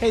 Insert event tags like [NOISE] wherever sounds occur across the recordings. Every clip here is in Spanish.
Hey,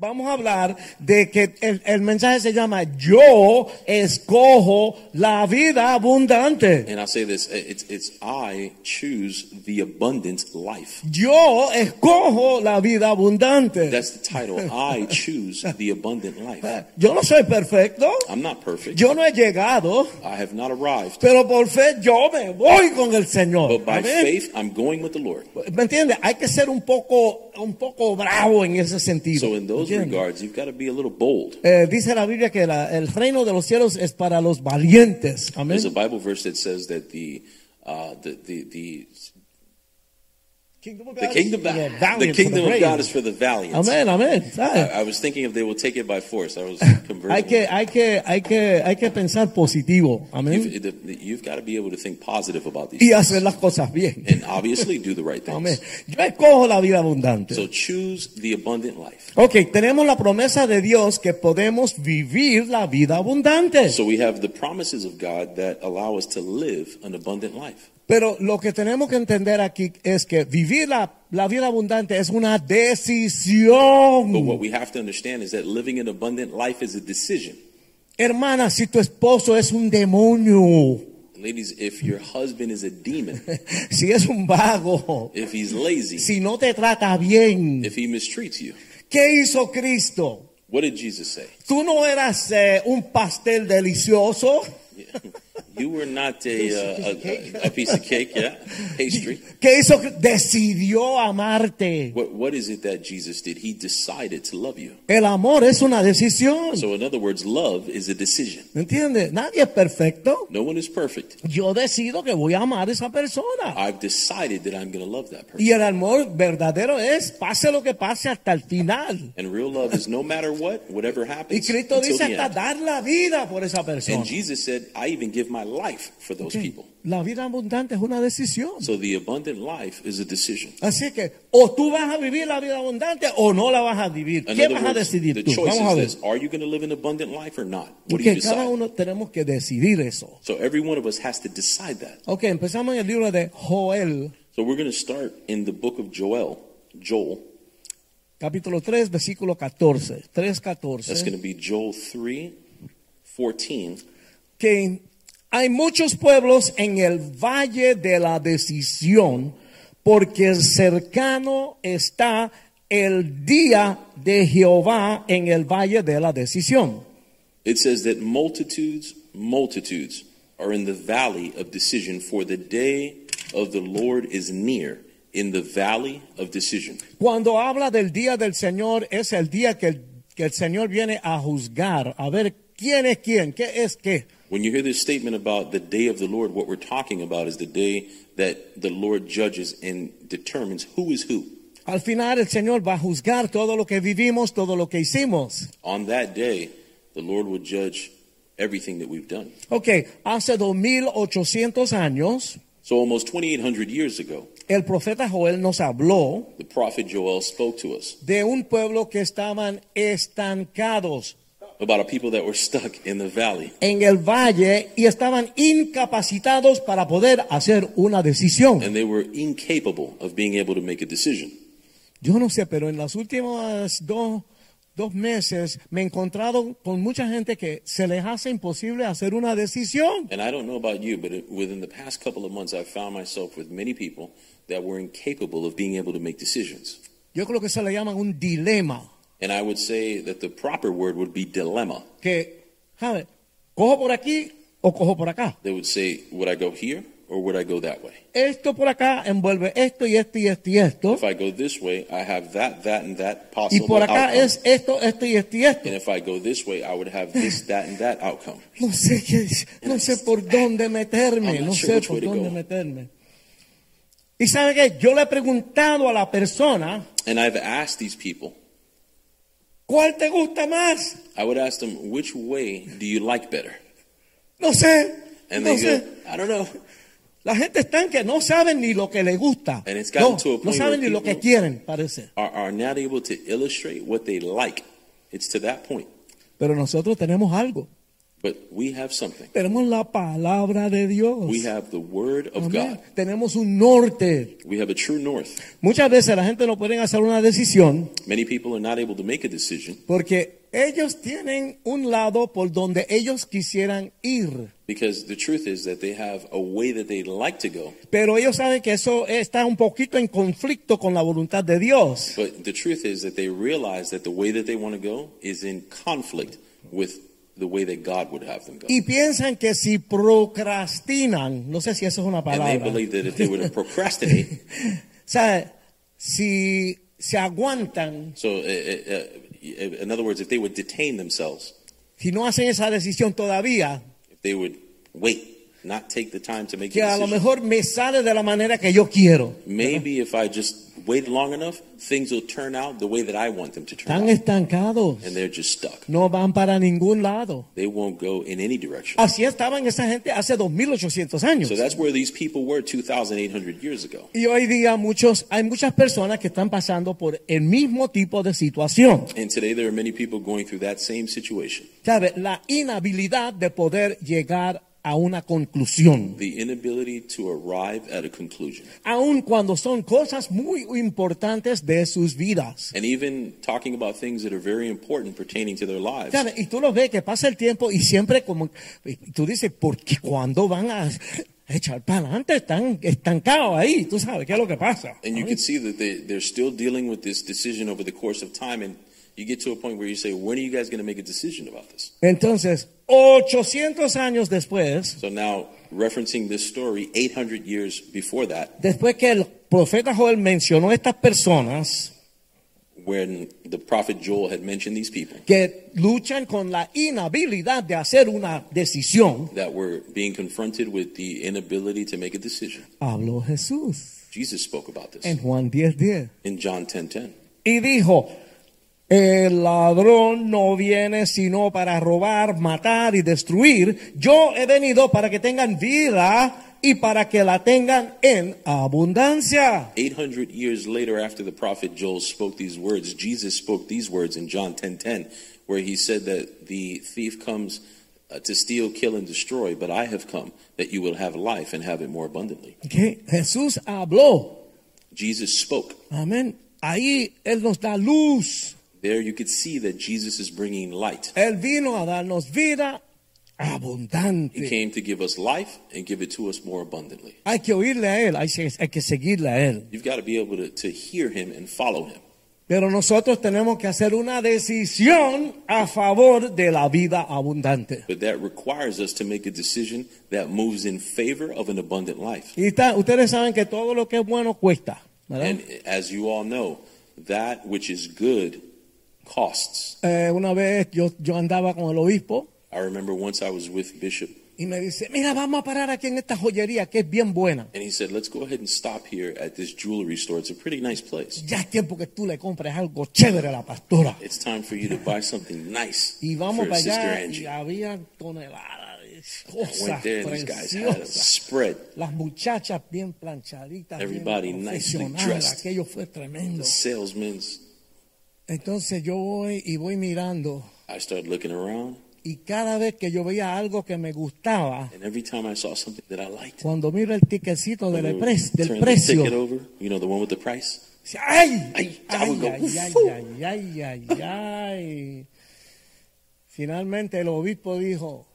Vamos a hablar de que el, el mensaje se llama Yo escojo la vida abundante. And I say this, uh, it's, it's I choose the abundant life. Yo escojo la vida abundante. That's the title. I choose the abundant life. Yo no soy perfecto. I'm not perfect. Yo no he llegado. I have not arrived. Pero por fe yo me voy con el Señor. But by Amén. faith, I'm going with the Lord. ¿Me entiendes? Hay que ser un poco, un poco bravo en ese sentido. So in those ¿Entiendes? regards, you've got to be a little bold. Eh, dice la Biblia que la- el reino de los cielos es para los valientes. Amén. There's a Bible verse that says that the, uh, the, the, the, Kingdom of the God is kingdom, for the of, valiant, the for the kingdom of God brave. is for the valiant. Amén, amén. I, ¿sabes? I was thinking if they will take it by force. I was Hay converting. que, hay que, hay que, hay que pensar positivo, amén. You've, you've got to be able to think positive about these Y things. hacer las cosas bien, And obviously do the right things. amén. Yo escojo la vida abundante. So choose the abundant life. ok, tenemos la promesa de Dios que podemos vivir la vida abundante. So we have the promises of God that allow us to live an abundant life. Pero lo que tenemos que entender aquí es que vivir la, la vida abundante es una But what decisión. we have to understand is that living an abundant life is a decision. Hermana, si tu esposo es un demonio, [LAUGHS] Ladies, if your husband is a demon, si es un vago, if he's lazy, si no te trata bien, if he mistreats you, ¿qué hizo Cristo? what did Jesus say? [LAUGHS] Tú no eras eh, un pastel delicioso. You were not a, uh, a, a, a piece of cake, yeah, pastry. ¿Qué hizo? Decidió amarte. What, what is it that Jesus did? He decided to love you. El amor es una decisión. So, in other words, love is a decision. ¿Entiendes? Nadie es perfecto. No one is perfect. Yo decido que voy a amar a esa persona. I've decided that I'm going to love that person. Y el amor verdadero es, pase lo que pase hasta el final. And real love is no matter what, whatever Y happens. Cristo until dice the hasta end. dar la vida por esa persona. And Jesus said, I even give my life for those people. La vida abundante es una decisión. So the abundant life is a decision. Así que o tú vas a vivir la vida abundante o no la vas a vivir. In ¿Qué other vas a words, decidir the tú? choice Vamos a ver. is this are you going to live an abundant life or not? What do you Porque cada decide? uno tenemos que decidir eso. So every one of us has to decide that. Ok, empezamos en el libro de Joel, So we're going to start in the book of Joel. Joel. capítulo 3, versículo 14. That's going 3.14. to be Joel 3 14. Que hay muchos pueblos en el valle de la decisión, porque cercano está el día de Jehová en el valle de la decisión. It says that multitudes, multitudes are in the valley of decision, for the day of the Lord is near in the valley of decision. Cuando habla del día del Señor, es el día que el, que el Señor viene a juzgar, a ver quién es quién, qué es qué. When you hear this statement about the day of the Lord, what we're talking about is the day that the Lord judges and determines who is who. Al final el Señor va a juzgar todo lo que vivimos, todo lo que hicimos. On that day, the Lord will judge everything that we've done. Ok, hace 2800 años So, almost 2,800 years ago, el profeta Joel nos habló the prophet Joel spoke to us de un pueblo que estaban estancados about a people that were stuck in the valley. en el valle y estaban incapacitados para poder hacer una decisión. And they were incapable of being able to make a decision. Yo no sé, pero en las últimas dos, dos meses me he encontrado con mucha gente que se les hace imposible hacer una decisión. And I don't know about you, but it, within the past couple of months, I've found myself with many people that were incapable of being able to make decisions. Yo creo que se le llama un dilema. And I would say that the proper word would be dilemma. que, ¿sabe? Cojo por aquí o cojo por acá. They would say, would I go here or would I go that way? Esto por acá envuelve esto y esto y esto y esto. If I go this way, I have that, that, and that Y possible por acá outcome. es esto, esto y esto y esto. And if I go this way, I would have [LAUGHS] this, that, and that outcome. No sé qué, no sé por dónde meterme, I'm not no sure sé which por way to dónde go. meterme. Y sabe que yo le he preguntado a la persona And I've asked these people, ¿Cuál te gusta más? I would ask them, which way do you like better? No sé. And no they sé. go, I don't know. La gente está que no saben ni lo que les gusta. And it's gotten No, to a point no saben ni where lo que people- quieren, parece. Are, are not able to illustrate what they like. It's to that point. Pero nosotros tenemos algo. But we have something. Tenemos la palabra de Dios. We have the word of Amén. God. Tenemos un norte. We have a true north. Muchas veces la gente no pueden hacer una decisión Many people are not able to make a decision porque ellos tienen un lado por donde ellos quisieran ir, because the truth is that they have a way that they like to go. pero ellos saben que eso está un poquito en conflicto con la voluntad de Dios. But the truth is that they realize that the way that they want to go is in conflict with the way that God would have them go. Y piensan que si procrastinan, no sé si eso es una And they palabra. believe that if they were to procrastinate, [LAUGHS] O sea, si se aguantan, so uh, uh, uh, in other words, if they would detain themselves, si no hacen esa decisión todavía, if they would wait, not take the time to make que a a lo decision, mejor me sale de la manera que yo quiero. maybe if I just wait long enough, things will turn out the way that I want them to turn Están out. estancados. And they're just stuck. No van para ningún lado. They won't go in any direction. Así estaban esa gente hace 2800 años. So that's where these people were 2,800 years ago. Y hoy día muchos, hay muchas personas que están pasando por el mismo tipo de situación. And today there are many people going through that same situation. ¿Sabe? La inhabilidad de poder llegar a una conclusión. the inability to arrive at a conclusion. Aun cuando son cosas muy importantes de sus vidas. And even talking about things that are very important pertaining to their lives. ¿Sabe? Y tú los ves que pasa el tiempo y siempre como y tú dices, ¿por qué cuándo van a echar para adelante? Están estancados ahí, tú sabes qué es lo que pasa. And you can see that they, they're still dealing with this decision over the course of time. And you get to a point where you say, when are you guys going to make a decision about this? Entonces, 800 años después, So now, referencing this story 800 years before that, después que el profeta Joel mencionó estas personas when the prophet Joel had mentioned these people que luchan con la inhabilidad de hacer una decisión, that were being confronted with the inability to make a decision, habló Jesús Jesus spoke about this en Juan 10:10 in John 10:10. y dijo, el ladrón no viene sino para robar, matar y destruir. Yo he venido para que tengan vida y para que la tengan en abundancia. 800 years later after the prophet Joel spoke these words, Jesus spoke these words in John 10:10 where he said that the thief comes uh, to steal, kill and destroy, but I have come that you will have life and have it more abundantly. Que Jesús habló. Jesus spoke. Amén. Ahí Él nos da luz. There you could see that Jesus is bringing light. Él vino a darnos vida He abundante. came to give us life and give it to us more abundantly. Hay que oírle a Él, hay, se- hay que seguirle a Él. You've got to be able to, to hear him and follow him. Pero nosotros tenemos que hacer una decisión a favor de la vida abundante. But that requires us to make a decision that moves in favor of an abundant life. Y ta- ustedes saben que todo lo que es bueno cuesta. ¿verdad? And as you all know, that which is good costs. Eh, una vez yo, yo andaba con el obispo I remember once I was with Bishop, y me dice, mira, vamos a parar aquí en esta joyería que es bien buena. and he said, Let's go ahead and stop here at this jewelry store. It's a pretty nice place. Ya es tiempo que tú le compres algo chévere a la pastora. It's time for you to buy something nice [LAUGHS] Y for vamos para Sister allá y Angie. I había toneladas de went cosas there, and these guys had a preciosas. spread. Las muchachas bien planchaditas, bien Everybody nicely profesionales, dressed. aquello fue tremendo. The salesmen's. Entonces yo voy y voy mirando I started looking around, y cada vez que yo veía algo que me gustaba, and every time I saw something that I liked, cuando miro el tiquecito I del, would pre- del turn the ticket precio, over, you know, the one with the price. decía, ¡ay! Ay, ¡Ay, I would ay, go, ay, "Fu". ay, ay, ay, ay! Finalmente el obispo dijo,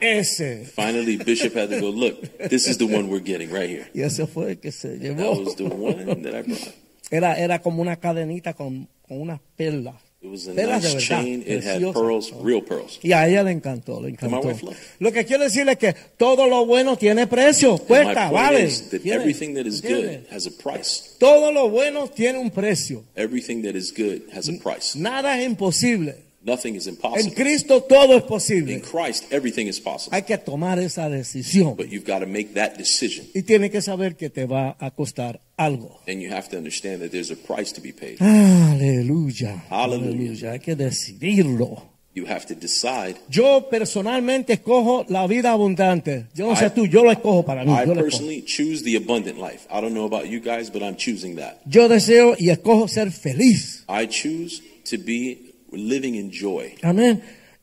¡ese! Finally, Bishop had to go, Look, this is the one we're getting right here. Y ese fue el que se That llevó. was the one that I brought. Era, era como una cadenita con, con unas perlas. It was a Perlas de nice verdad. chain. It had preciosas. pearls, real pearls. Y a ella le encantó, le encantó. wife loved it. Lo que quiero decirle es que todo lo bueno tiene precio, And my cuesta, point vale. is that Tiene- everything that is ¿entiendes? good has a price. Todo lo bueno tiene un precio. Everything that is good has a price. Nada es imposible. Nothing is En impossible. Cristo todo es In posible. Christ, everything is possible. Hay que tomar esa decisión. But you've got to make that decision. Y tienes que saber que te va a costar algo. And you have to understand that there's a price to be paid. Aleluya. Aleluya. Hay que decidirlo. You have to decide. Yo personalmente escojo la vida abundante. Yo no sé I- tú, yo la escojo para mí. I yo, la escojo. personally choose the abundant life. I don't know about you guys, but I'm choosing that. Yo deseo y escojo ser feliz. I choose to be living in joy. Amén.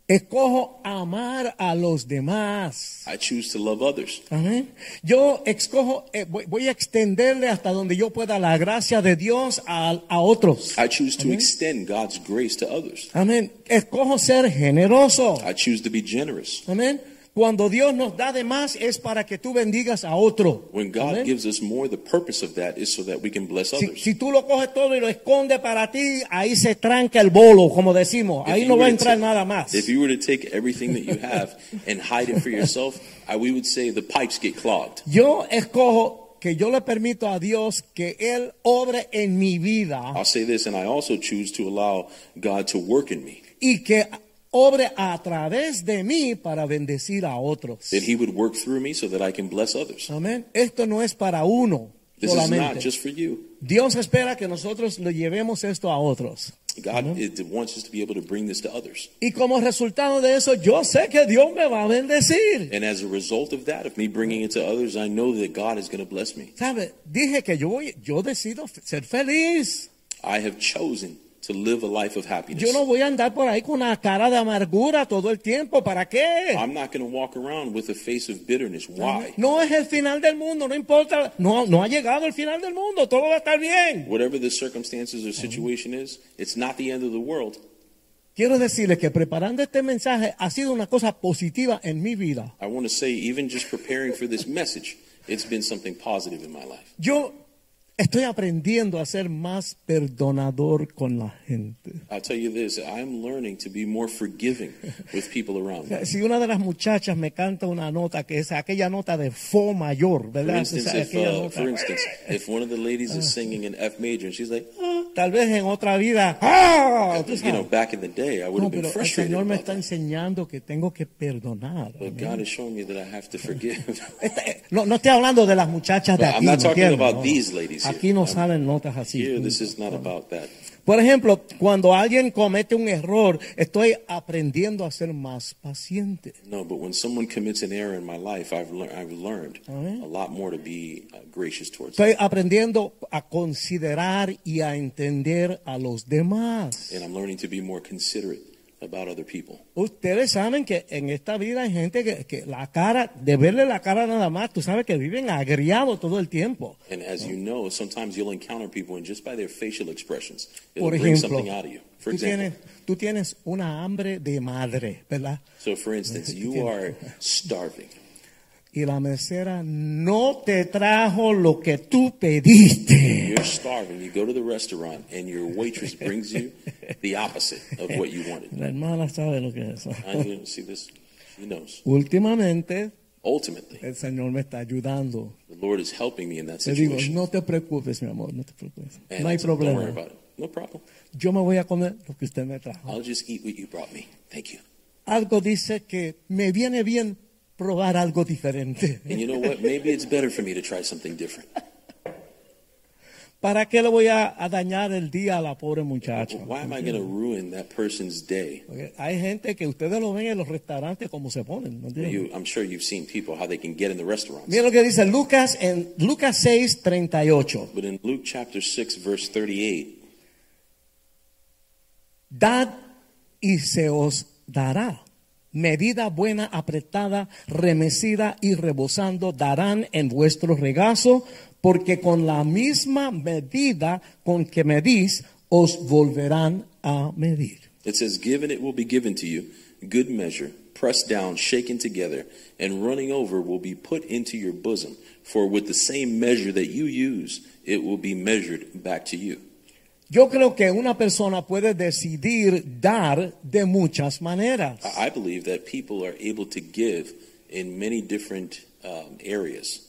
Escojo amar a los demás. I choose to love others. Amén. Yo escojo, eh, voy, voy a extenderle hasta donde yo pueda la gracia de Dios a, a otros. I choose to Amen. extend God's grace to others. Amén. Escojo ser generoso. I choose to be generous. Amén. Cuando Dios nos da de más es para que tú bendigas a otro. When God Amén. gives us more, the purpose of that is so that we can bless si, others. si tú lo coges todo y lo escondes para ti, ahí se tranca el bolo, como decimos. If Ahí you no were va a to entrar take- nada más. If you were to take everything that you have and hide it for yourself, I, we would say the pipes get clogged. Yo escojo que yo le permito a Dios que Él obre en mi vida I'll say this, and I also choose to allow God to work in me, y que obre a través de mí para bendecir a otros. that He would work through me so that I can bless others. Amén. Esto no es para uno This is not solamente. just for you. Dios espera que nosotros le llevemos esto a otros. God it wants us to be able to bring this to others. Y como resultado de eso, yo sé que Dios me va a bendecir. And as a result of that, of me bringing it to others, I know that God is going to bless me. ¿Sabe? Dije que yo voy, yo decido f- ser feliz. I have chosen to live a life of happiness. Yo no voy a andar por ahí con una cara de amargura todo el tiempo. ¿Para qué? I'm not going to walk around with a face of bitterness. Why? No es el final del mundo, no importa. No, no ha llegado el final del mundo. Todo va a estar bien. Whatever the circumstances or situation is, it's not the end of the world. Quiero decirles que preparando este mensaje ha sido una cosa positiva en mi vida. I want to say, even just preparing for this message, it's been something positive in my life. Yo estoy aprendiendo a ser más perdonador con la gente. I'll tell you this I'm learning to be more forgiving with people around me. Si una de las muchachas me canta una nota que es aquella nota de Fo mayor, For ¿verdad? instance, Esa- if, aquella uh, nota. for instance, if one of the ladies is singing in F major and she's like, "Ah," Tal vez en otra vida. ¡ah! Tú you know, sabes. back in the day, I would No, have been pero el frustrated. Señor me about está that. enseñando que tengo que perdonar. But God is showing me that I have [LAUGHS] to forgive. Esta- eh, no, no estoy hablando de las muchachas de But I'm aquí. not ¿me talking entiendes? about No. these ladies aquí here. no I'm- salen notas así. Here, this is not about that. Por ejemplo, cuando alguien comete un error, estoy aprendiendo a ser más paciente. No, but when someone commits an error in my life, I've, lear- I've learned Amén. a lot more to be uh, gracious towards them. Estoy aprendiendo a considerar y a entender a los demás. And I'm learning to be more considerate about other people. Ustedes saben que en esta vida hay gente que, que la cara, de verle la cara nada más, tú sabes que viven agriados todo el tiempo. And as you know, sometimes you'll encounter people, and just by their facial expressions, it'll Por bring ejemplo, something out of you. For tú example, tienes, tú tienes una hambre de madre, ¿verdad? so for instance, tú [LAUGHS] you are tienes- starving, Y la mesera no te trajo lo que tú pediste. You're starving. You go to the restaurant, and your waitress [LAUGHS] brings you the opposite of what you wanted. La hermana sabe lo que es. I didn't see this. She knows. Últimamente, Ultimately, el Señor me está ayudando. the Lord is helping me in that Te digo, situation. no te preocupes, mi amor, no te preocupes. And no hay so Don't worry problema. about it. No problem. Yo me voy a comer lo que usted me trajo. I'll just eat what you brought me. Thank you. algo dice que me viene bien probar algo diferente. And you know what? Maybe it's better for me to try something different. ¿Para qué le voy a, a dañar el día a la pobre muchacha? Why am I going to ruin that person's day? Porque hay gente que ustedes lo ven en los restaurantes como se ponen. ¿no entiendes? You, I'm sure you've seen people how they can get in the restaurants. Mira lo que dice Lucas en Lucas 6, 38. But in Luke chapter 6, verse 38, Dad y se os dará. Medida buena, apretada, remecida y rebosando darán en vuestro regazo, porque con la misma medida con que medís, os volverán a medir. it says, Given it will be given to you, good measure, pressed down, shaken together, and running over will be put into your bosom. For with the same measure that you use, it will be measured back to you. Yo creo que una persona puede decidir dar de muchas maneras. I- I believe that people are able to give in many different um, areas.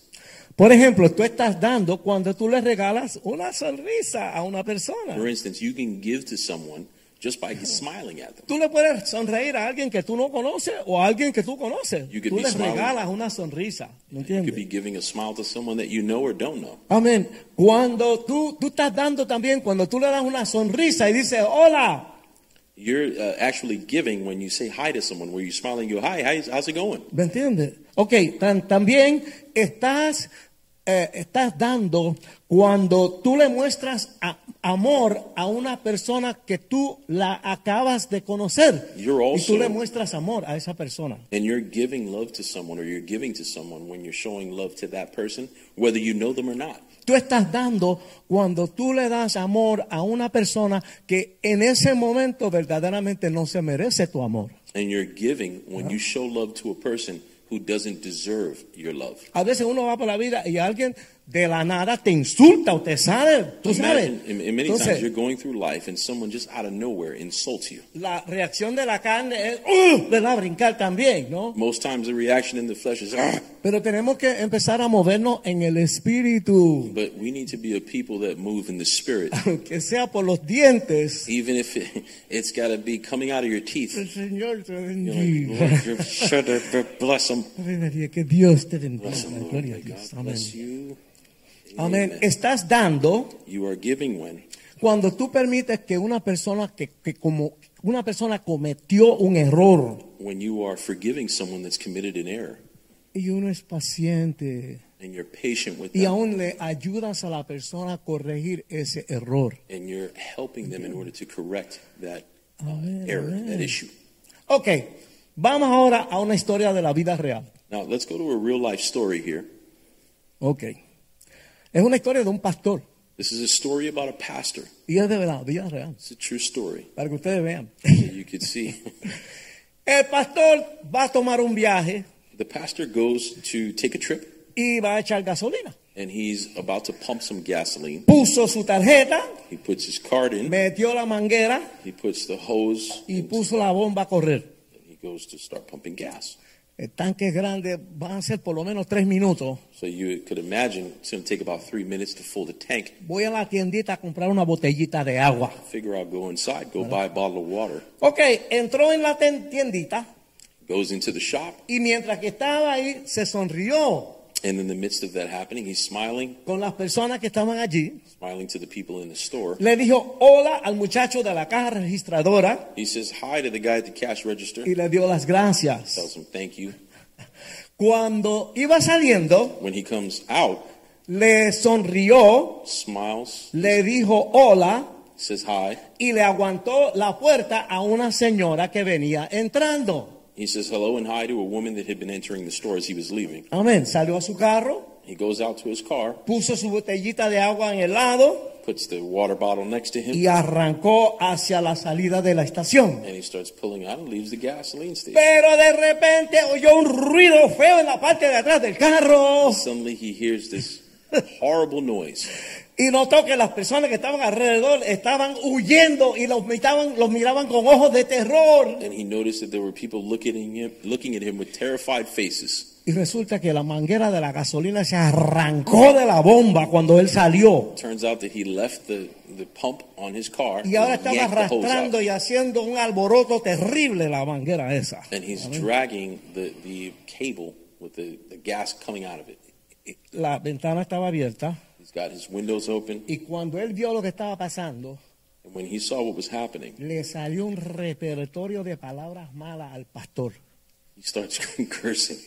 Por ejemplo, tú estás dando cuando tú le regalas una sonrisa a una persona. For instance, you can give to someone just by smiling at them. Tú le puedes sonreír a alguien que tú no conoces o a alguien que tú conoces. You could Tú be les smiling. regalas una sonrisa. ¿Me You could be entiendes? giving a smile to someone that you know or don't know. Amén. Cuando tú, tú estás dando también, cuando tú le das una sonrisa y dices, hola, You're uh, actually giving when you say hi to someone, where you're smiling, you go, hi, how's, how's it going? ¿me entiendes? Ok, tan- también estás, eh, estás dando cuando tú le muestras a- amor a una persona que tú la acabas de conocer. You're also- Y tú le muestras amor a esa persona. And you're giving love to someone or you're giving to someone when you're showing love to that person, whether you know them or not. Tú estás dando cuando tú le das amor a una persona que en ese momento verdaderamente no se merece tu amor. And you're giving when you show love to a person who doesn't deserve your love. A veces uno va por la vida y alguien de la nada te insulta o te sabe, tú sabes. Imagine, and- and many times you're Entonces, going through life and someone just out of nowhere insults you. la reacción de la carne es, "Ugh", ¿verdad? Brincar también, ¿no? Most times the reaction in the flesh is, ah. Pero tenemos que empezar a movernos en el espíritu, [LAUGHS] But we need to be a people that move in the [LAUGHS] spirit. que sea por los dientes. Even if it, it's got to be coming out of your teeth. El Señor te You're bendiga. like, Lord, [LAUGHS] you're, shut up, bless them. [LAUGHS] Ave María, que Dios te Bless bendiga. them, Lord. Gloria a May Dios. God Amén. bless you. Amén. Amen. Estás dando You are giving when cuando tú permites que una persona que, que como una persona cometió un error when you are forgiving someone that's committed an error y uno es paciente and you're patient with y them aún le ayudas a la persona a corregir ese error. and you're helping them in order to correct that uh, Amen, error, amen. that issue. Ok, vamos ahora a una historia de la vida real. Now let's go to a real life story here. Ok, es una historia de un pastor This is a story about a pastor. y es de la vida real, It's a [COUGHS] true story. para que ustedes [LAUGHS] vean. So you could see [LAUGHS] El pastor va a tomar un viaje the pastor goes to take a trip y va a echar gasolina. and he's about to pump some gasoline. Puso su tarjeta, He puts his card in. metió la manguera He puts the hose. y into- puso la bomba a correr. and he goes to start pumping gas. El tanque es grande, van a ser por lo menos tres minutos. So you could imagine it's going to take about three minutes to fill the tank. Voy a la tiendita a comprar una botellita de agua. Figure out, go inside, go buy a bottle of water. Ok, entró en la ten- tiendita Goes into the shop, y mientras que estaba ahí se sonrió and in the midst of that happening, he's smiling, con las personas que estaban allí. smiling to the people in the store. Le dijo hola al muchacho de la caja registradora He says hi to the guy at the cash register, y le dio las gracias. tells him thank you. Cuando iba saliendo, When he comes out, le sonrió, smiles, le dijo hola says hi. y le aguantó la puerta a una señora que venía entrando. He says hello and hi to a woman that had been entering the store as he was leaving. Amén. Salió a su carro. He goes out to his car, puso su botellita de agua en el lado puts the water bottle next to him, y arrancó hacia la salida de la estación. and he starts pulling out and leaves the gasoline station. Pero de repente oyó un ruido feo en la parte de atrás del carro Suddenly he hears this horrible noise. y notó que las personas que estaban alrededor estaban huyendo y los miraban, los miraban con ojos de terror. and he noticed that there were people looking at him, looking at him with terrified faces. Y resulta que la manguera de la gasolina se arrancó de la bomba cuando él salió. Turns out that he left the, the pump on his car Y ahora and estaba yanked the hose out. arrastrando y haciendo un alboroto terrible la manguera esa. and he's dragging the, the cable with the, the gas coming out of it. La ventana estaba abierta. He's got his windows open, Y cuando él vio lo que estaba pasando, and when he saw what was happening, le salió un repertorio de palabras malas al pastor. [LAUGHS] he [LAUGHS] starts cursing.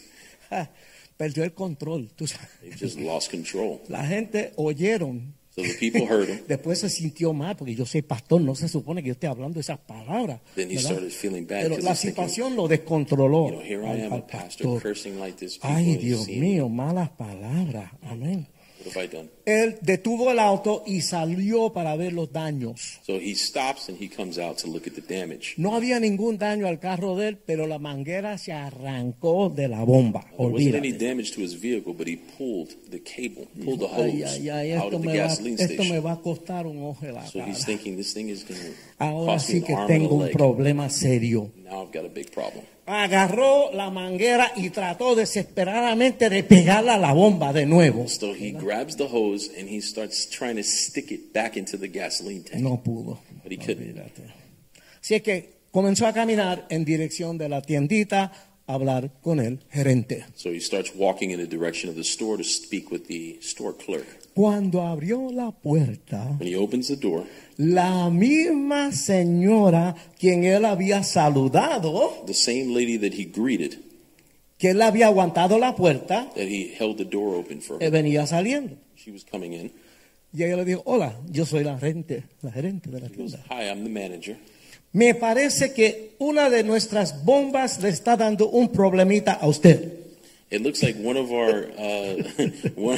Ja, Perdió el control. tú sabes. He just lost control. La gente oyeron. So the people heard him. Después se sintió mal porque yo soy pastor, no se supone que yo esté hablando esas palabras. Then he ¿verdad? started feeling bad Pero 'cause la he's thinking, situación lo descontroló. You know, here I al- am, a al pastor, cursing like this. People Ay, have Dios seen mío, malas palabras. Amén. What have I done? Él detuvo el auto y salió para ver los daños. So he stops and he comes out to look at the damage. No había ningún daño al carro de él, pero la manguera se arrancó de la bomba. There wasn't any Olvídate. damage to his vehicle, but he pulled the cable, pulled the Ay, ay, hose ay, out esto, of me the va, gasoline esto me station. va a costar un ojo de la So cara. he's thinking this thing is going to Ahora cost sí me an que arm and a tengo un leg. problema serio. Now I've got a big problem. Agarró la manguera y trató desesperadamente de pegarla a la bomba de nuevo. So he grabs the hose and he starts trying to stick it back into the gasoline tank. No pudo. But he couldn't. Olvídate. Así es que comenzó a caminar en dirección de la tiendita a hablar con el gerente. So he starts walking in the direction of the store to speak with the store clerk. Cuando abrió la puerta, When he opens the door, la misma señora quien él había saludado, the same lady that he greeted, que él había aguantado la puerta, that he held the door open for, eh, her, venía saliendo. she was coming in. Y ella le dijo, hola, yo soy la gerente, la gerente de la He goes, tienda. Hi, I'm the manager. Me parece que una de nuestras bombas le está dando un problemita a usted. It looks like one of our uh, [LAUGHS] one,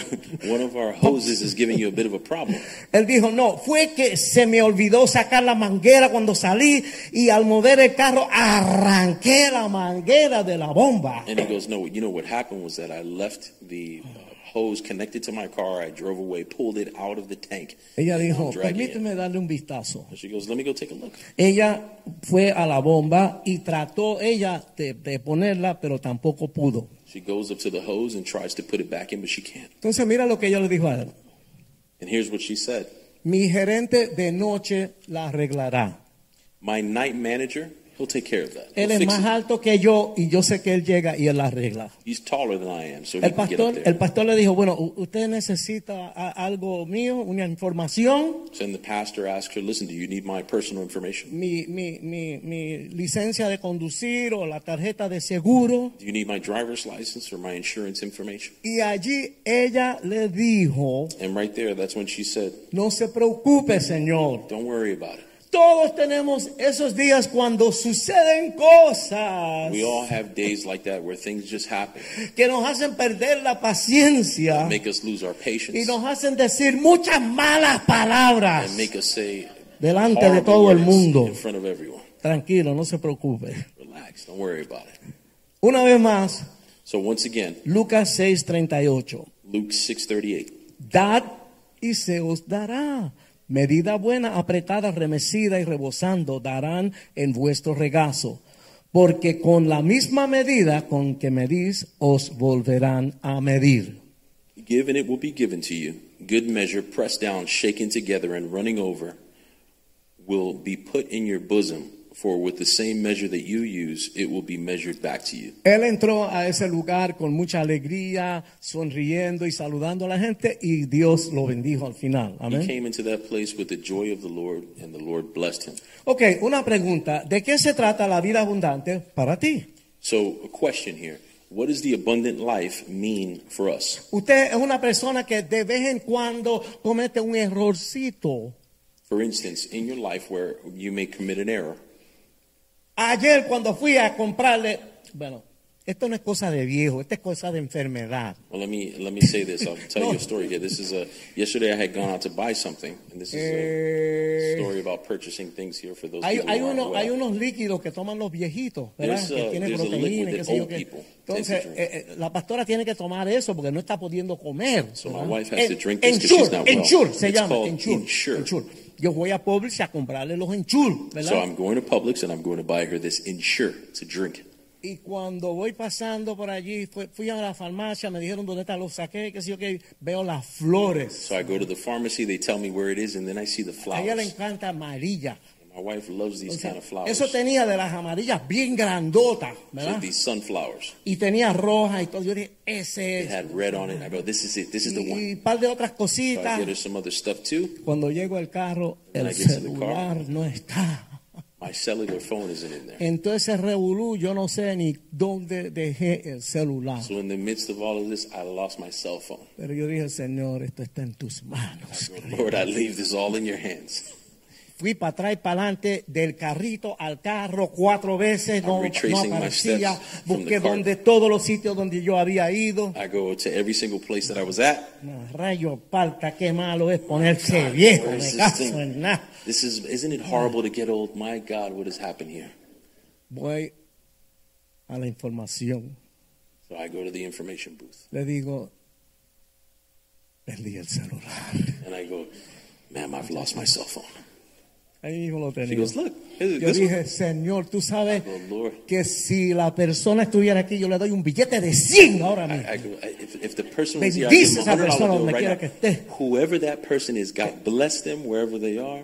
one of our hoses is giving you a bit of a problem. Él dijo, no, fue que se me olvidó sacar la manguera cuando salí y al mover el carro arranqué la manguera de la bomba. And he goes, No, you know what happened was that I left the uh, hose connected to my car. I drove away, pulled it out of the tank. Ella and I'm dijo, dragging it." permíteme darle un vistazo. She goes, Let me go take a look. Ella fue a la bomba y trató ella de, de ponerla, pero tampoco pudo. She goes up to the hose and tries to put it back in, but she can't. Entonces mira lo que ella le dijo a él. And here's what she said Mi gerente de noche la arreglará. My night manager, he'll take care of that. He'll Él es fix más it. alto que yo y yo sé que él llega y él la arregla. He's taller than I am, so he El can get up pastor, there. el pastor le dijo, bueno, u- usted necesita a- algo mío, una información, So then the pastor asks her, Listen, do you need my personal information? mi, mi, mi, mi licencia de conducir o la tarjeta de seguro. Do you need my driver's license or my insurance information? Y allí ella le dijo, And right there, that's when she said, no se preocupe, señor. Don't worry about it. Todos tenemos esos días cuando suceden cosas We all have days like that where things just happen, que nos hacen perder la paciencia make us lose our y patience, nos hacen decir muchas malas palabras. and make us say delante de horrible todo el words mundo. in front of everyone. Tranquilo, no se preocupe. Relax, don't worry about it. Una vez más, So once again, Lucas 6:38. Luke 6:38. Dad y se os dará. Medida buena, apretada, remecida y rebosando darán en vuestro regazo. Porque con la misma medida con que medís, os volverán a medir. Give and it will be given to you. Good measure, pressed down, shaken together, and running over, will be put in your bosom. For with the same measure that you use, it will be measured back to you. Él entró a ese lugar con mucha alegría, sonriendo y saludando a la gente y Dios lo bendijo al final. He Amén. came into that place with the joy of the Lord, and the Lord blessed him. Ok, una pregunta. ¿De qué se trata la vida abundante para ti? So, a question here What does the abundant life mean for us? Usted es una persona que de vez en cuando comete un errorcito. For instance, in your life where you may commit an error, Ayer cuando fui a comprarle, bueno, esto no es cosa de viejo, esto es cosa de enfermedad. Well, let me let me say this. I'll tell [LAUGHS] you No. a story here. This is a yesterday I had gone out to buy something, and this is Eh. a story about purchasing things here for those Hay, people hay, who aren't uno- well. hay unos líquidos que toman los viejitos, ¿verdad? There's que a- tienen there's a liquid proteína y that qué sé yo old qué. people Entonces, take to drink. eh, eh, la pastora tiene que tomar eso porque no está pudiendo comer. So my ¿verdad? wife has to En- drink this 'cause Ensure, she's not well. Ensure se It's llama, called ensure, Ensure. ensure. Yo voy a Publix a comprarle los Ensure, ¿verdad? So I'm going to Publix, and I'm going to buy her this insure to drink. Y cuando voy pasando por allí, fue- fui a la farmacia, me dijeron dónde está, los saqué, qué sé yo qué, veo las flores. So I go to the pharmacy. They tell me where it is, and then I see the A flowers. ella le encanta amarilla. And My wife loves these kind of flowers. Eso tenía de las amarillas bien grandotas, So ¿verdad? these sunflowers. Y tenía roja y todo. Yo dije, ese It es. had red on it. I go, this is it. This is the Y one. un par de otras So I cositas. get her some other stuff too. Cuando llego al carro, When el I get to the celular car. no está. My cellular phone isn't in there. Entonces revolú, yo no sé ni dónde dejé el celular. So in the midst of all of this, I lost my cell phone. Pero yo dije, Señor, esto está en tus manos. Lord, I leave this all in your hands. Fui para atrás y para adelante del carrito al carro cuatro veces, I'm no, no retracing my aparecía. steps from Busqué the car. donde todos los sitios donde yo había ido. I go to every single place that I was at. No, rayo palta, qué malo es ponerse viejo, where me is this caso thing? en nada. This is isn't it horrible to get old? My God, what has happened here? Voy a la información. So I go to the information booth Le digo, perdí el celular. and I go, ma'am, I've lost my cell phone. Ahí mismo lo She tenía. goes, look, is it Yo this one? dije, Señor, tú sabes I go, Oh, Lord. que si la persona estuviera aquí, yo le doy un billete de 100 ahora mismo. I, I go, I- if, if the person was here, I Bendice give them esa $100, I'll persona do it donde right quiera now. que esté. Whoever that person is, God bless them wherever they are.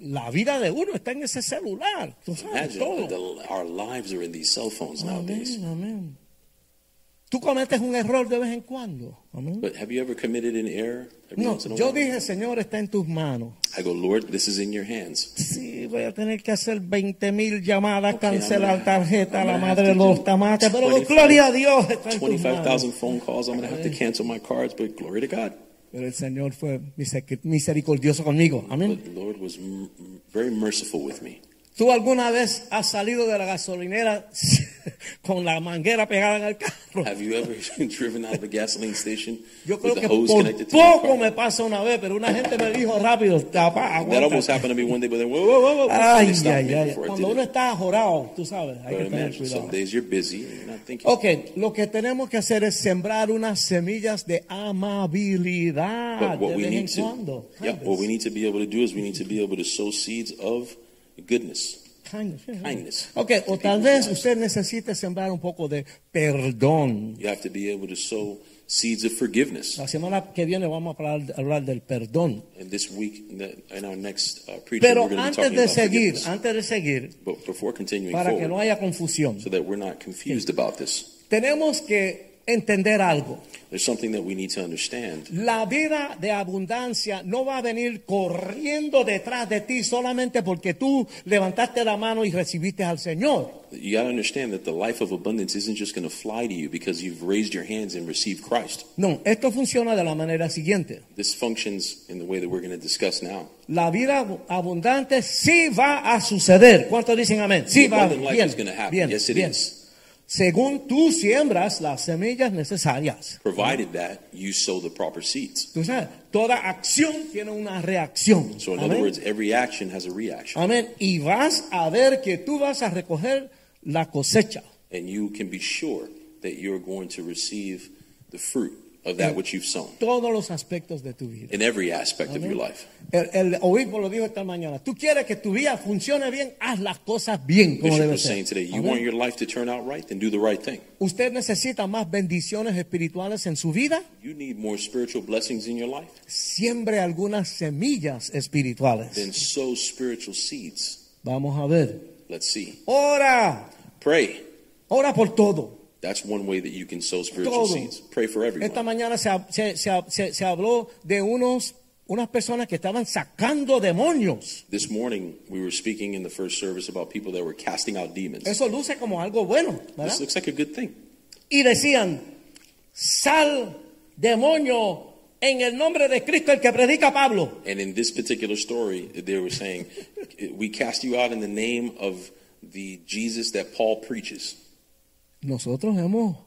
la vida de uno está en ese celular. Tú sabes Imagine todo. the, our lives are in these cell phones Oh, nowadays. Amén, amén. Tú cometes un error de vez en cuando. Amén. But have you ever committed an error? every No, once in a yo while? dije, Señor, está en tus manos. I go, Lord, this is in your hands. Sí, voy a tener que hacer 20 mil llamadas, Okay, I'm cancelar gonna- tarjeta, I'm la gonna madre de have to los do tamates, pero 25 gloria a Dios. Está en tus manos. 25,000 phone calls. I'm going to have to cancel my cards, but glory to God. Pero el Señor fue miseric- misericordioso conmigo. Amén. But the Lord was m- m- very merciful with me. ¿Tú alguna vez has salido de la gasolinera [LAUGHS] con la manguera pegada en el carro? Have you ever [LAUGHS] driven out of a gasoline station Yo creo with the que hose por connected to your poco car? me pasa una vez, pero una gente me dijo rápido, "Papá, That almost aguanta. happened to me one day, but then, whoa, whoa, whoa, whoa. and Ay, they stopped ay, me ay. before I Cuando did uno it. está jorado, tú sabes, hay But que tener imagine some cuidado. Oh, days you're busy and you're not thinking. Ok, lo que tenemos que hacer es sembrar unas semillas de amabilidad But what de we vez en need to, cuando. yeah, what we need to be able to do is we need to be able to sow seeds of goodness. Kindness. Kindness. Ok, o tal vez usted necesite sembrar un poco de perdón. You have to be able to sow seeds of forgiveness. La semana que viene vamos a hablar, hablar del perdón. And this week, in the- in our next uh, preacher, Pero we're going to be antes talking de about seguir, forgiveness. antes de seguir, But before continuing para que forward, no haya confusión, so that we're not confused about this, tenemos que entender algo. there's something that we need to understand. La vida de abundancia no va a venir corriendo detrás de ti solamente porque tú levantaste la mano y recibiste al Señor. You got to understand that the life of abundance isn't just going to fly to you because you've raised your hands and received Christ. No, esto funciona de la manera siguiente. This functions in the way that we're going to discuss now. La vida abu- abundante sí va a suceder. ¿Cuántos dicen amén? Sí The va a abundant life is going to happen. yes, it is. Según tú siembras las semillas necesarias. provided that you sow the proper seeds. Tú sabes, toda acción tiene una reacción. So, in Amén. other words, every action has a reaction, Amén. Y vas a ver que tú vas a recoger la cosecha. and you can be sure that you're going to receive the fruit of that which you've sown Todos los aspectos de tu vida. in every aspect of your life. El, el obispo lo dijo esta mañana. Tú quieres que tu vida funcione bien, haz las cosas bien como Bishop debe was saying ser. today, you Amén. want your life to turn out right, then do the right thing. Usted necesita más bendiciones espirituales en su vida. You need more spiritual blessings in your life, Siembre algunas semillas then espirituales. sow spiritual seeds. Vamos a ver. Let's see. Ora, Pray. ora por todo. That's one way that you can sow spiritual Todo. seeds. Pray for Esta everyone. mañana se, ha- se- se ha- se- se habló de unos, unas personas que estaban sacando demonios. This morning, we were speaking in the first service about people that were casting out demons. Eso luce como algo bueno, ¿verdad? This looks like a good thing. Y decían, sal demonio en el nombre de Cristo, el que predica Pablo. And in this particular story, they were saying, [LAUGHS] We cast you out in the name of the Jesus that Paul preaches. Nosotros hemos